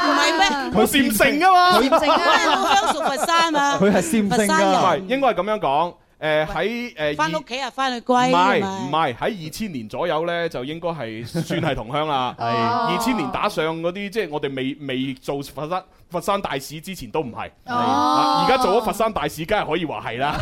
S19: 唔係咩？
S3: 佢禪城啊嘛，
S19: 禪城啊，老鄉屬 佛山啊，佛山人
S3: 唔係應該係咁樣講。誒喺誒
S19: 翻
S3: 二
S19: 屋企啊，翻去
S3: 呃唔
S19: 歸
S3: 係
S19: 係
S3: 唔
S19: 咪？
S3: 係喺二千年左右咧，就應該係算係同 鄉啦。係
S19: 哦
S3: 二千年打上嗰啲，即係我哋未未做佛山佛山大使之前都唔係。
S19: 哦
S3: 啊而家做咗佛山大使，梗係可以話係 啦。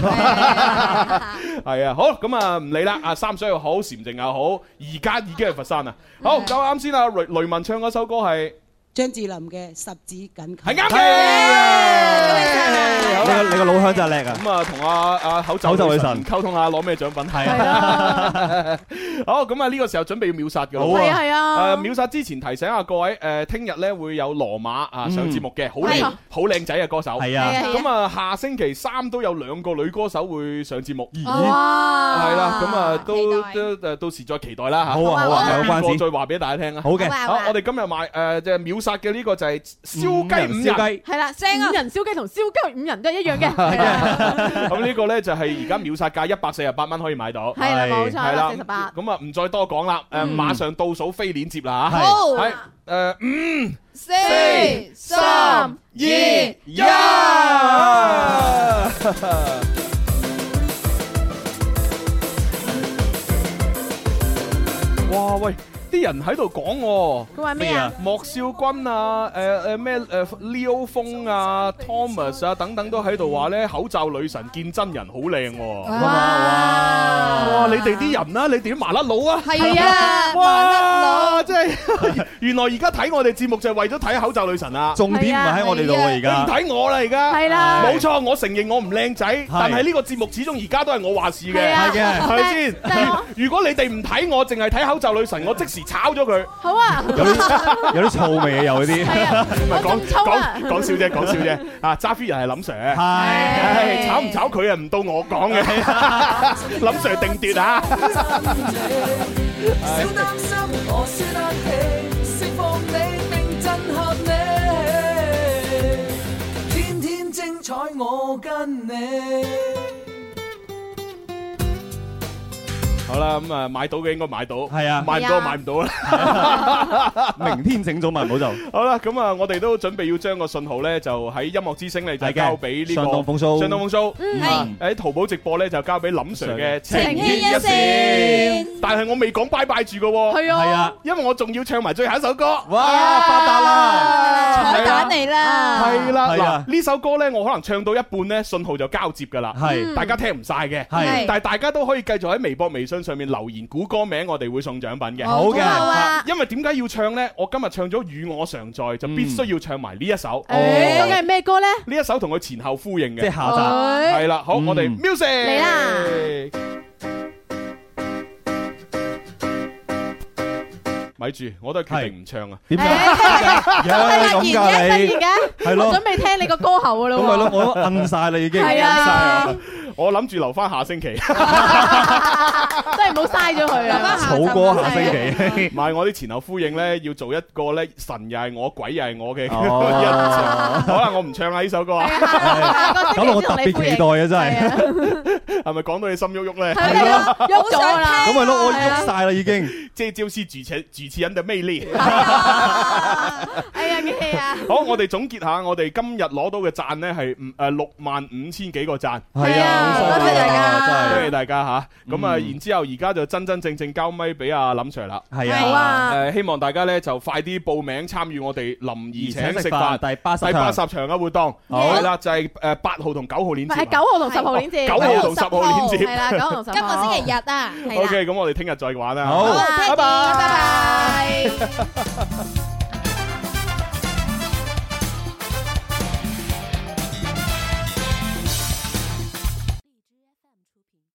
S3: 係啊，好咁啊，唔理啦。啊，三水又好，禪靜又好，而家已經係佛山啦。好，咁啱先啊，雷雷文唱嗰首歌係
S19: 張智霖嘅十指緊扣
S3: 係啱嘅。
S12: 你個你個老鄉真係叻啊！
S3: 咁啊，同阿阿口
S12: 口
S3: 罩
S12: 罩
S3: 女
S12: 女
S3: 神
S12: 神
S3: 溝通下攞咩獎品係啊。 好，咁啊呢個時候準備要秒殺㗎啦。
S12: 好啊係啊係啊
S3: 誒秒殺之前提醒下各位誒，聽日咧會有羅馬啊上節目嘅，好靚
S12: 係
S3: 好靚仔嘅歌手。
S12: 係啊係啊係啊
S3: 咁啊下星期三都有兩個女歌手會上節目。
S12: 哇
S3: 係啦，咁啊都都誒到時再期待啦嚇。
S12: 好啊好啊有關
S3: 邊
S12: 子
S3: 個再話俾大家聽啊。
S12: 好嘅好啊好啊
S3: 我哋今日買誒即係秒殺嘅呢個就係燒雞五
S12: 五人燒雞
S3: 人。
S4: 係啦，五人燒雞同燒雞五人都係一樣嘅。係啊
S3: 咁呢個咧就係而家秒殺價一百四十八蚊可以買到，
S4: 係啦冇錯148
S3: 係咁啊唔再多講啦，誒
S4: 嗯
S3: 馬上倒數飛鏈接啦嚇，
S4: 好
S3: 係誒嗯五
S4: 四
S3: 三二一。 哇喂！啲人喺度講喎，
S4: 佢話咩啊？
S3: 莫少君啊，誒誒咩誒 Leo 峰啊、Thomas 啊等等都喺度話咧，
S4: 嗯
S3: 口罩女神見真人好靚喎。哇！你哋啲人啦，你哋啲麻甩佬啊，
S7: 係 啊
S3: 哇！真係 原來而家睇我哋節目就係為咗睇口罩女神啊。
S12: 重點唔喺我哋度啊而家
S3: 唔睇我啦而家。
S12: 係啦
S3: 冇錯，我承認我唔靚仔，但係呢個節目始終而家都係我話事嘅，
S12: 係啊係嘅
S3: 係咪先
S12: 但係？
S3: 如如果你哋唔睇我，淨係睇口罩女神，我即時炒咗佢。
S4: 好啊，
S12: 有啲有啲醋味啊，有 啲。
S3: 唔係講
S4: 中秋
S3: 講
S4: 啊
S3: 講笑啫，講笑啫。啊，揸 fit 人係林 Sir，
S12: 係
S3: 唉炒唔炒佢啊，唔到我講 嘅，林 Sir 定奪啊！
S7: 小擔心，我輸得起，釋放你並震撼你，天天精彩我跟你。
S3: 好啦，咁啊買到嘅應該買到，係
S12: 啊
S3: 買唔到就買唔到啦。
S12: 明天整早晚唔好就。
S3: 好啦，咁啊，我哋都準備要將個信號咧，就喺音樂之聲咧就
S12: 係嘅
S3: 交俾呢個
S12: 上當風騷
S3: 上當風
S12: 嗯
S3: 騷啊喺淘寶直播咧就交俾林 Sir 嘅線。但係我未講拜拜住嘅喎，
S4: 係啊係
S12: 啊，
S3: 因為我仲要唱埋最後一首歌。
S12: 哇！發達啦，
S6: 彩蛋嚟啦，
S3: 係啦，
S12: 係啊
S3: 嗱呢首歌咧，我可能唱到一半咧，信號就交接噶啦，
S12: 係
S3: 大家聽唔晒嘅，
S12: 嗯係
S3: 但係大家都可以繼續喺微博、微信上面留言估歌名，我哋會送獎品嘅。
S12: 好嘅好啊
S3: 因為點解要唱咧？我今日唱咗《與我常在》，
S12: 嗯
S3: 就必須要唱埋呢一首。
S4: 誒，究
S12: 哎
S4: 竟係咩歌咧？
S3: 呢一首同佢前後呼應嘅，
S12: 即係下集嗯
S4: 哎
S3: 係啦。好，我哋 music
S4: 嚟啦！
S3: Hãy subscribe cho kênh Ghiền Mì Gõ Để không bỏ lỡ 咪住，我都係決定唔唱啊。
S12: 點解有咁㗎你係咯
S4: 我準備聽你個歌喉噶啦
S12: 咁咪咯，我都摁晒啦已經。
S4: 係啊，
S3: 我諗住留翻下星期。
S4: 喎， 真係唔好嘥咗佢啊！
S3: 草歌下
S4: 星
S3: 期，唔係我啲前後呼應咧，要做一個咧神又係我，鬼又係我嘅一
S12: 哦
S3: 場。可能我唔唱啦呢首歌啊，
S12: 搞到我特別期待啊！真係。
S3: 係咪講到你心喐喐咧？
S12: 係咯
S4: 喐咗啦
S12: 咁咪咯，我喐晒啦已經。
S3: 即係招師主持主持人嘅魅力。
S4: 哎呀，幾氣啊！
S3: 好，我哋總結下，我哋今日攞到嘅讚咧係五誒六萬五千幾個讚，
S12: 係啊好啊
S4: 多謝大家
S3: 多謝大家嚇。
S12: 嗯
S3: 咁啊，然之後而家就真真正正交咪俾阿林 Sir 啦。
S12: 係啊好啊
S3: 誒，希望大家咧就快啲報名參與我哋林兒請食飯
S12: 第八十
S3: 第
S12: 場
S3: 八十場嘅活動，
S12: 好
S3: 係啦，就係誒八號同九號鏈
S4: 唔
S3: 接
S4: 係
S3: 啊。
S4: 係九號同十號鏈接，
S3: 九號同十號鏈接
S4: 哦係啦，九號同十號。
S6: 今個星期日啊，係啦
S3: OK，咁我哋聽日再玩啦。
S12: 好
S6: 拜拜，拜拜。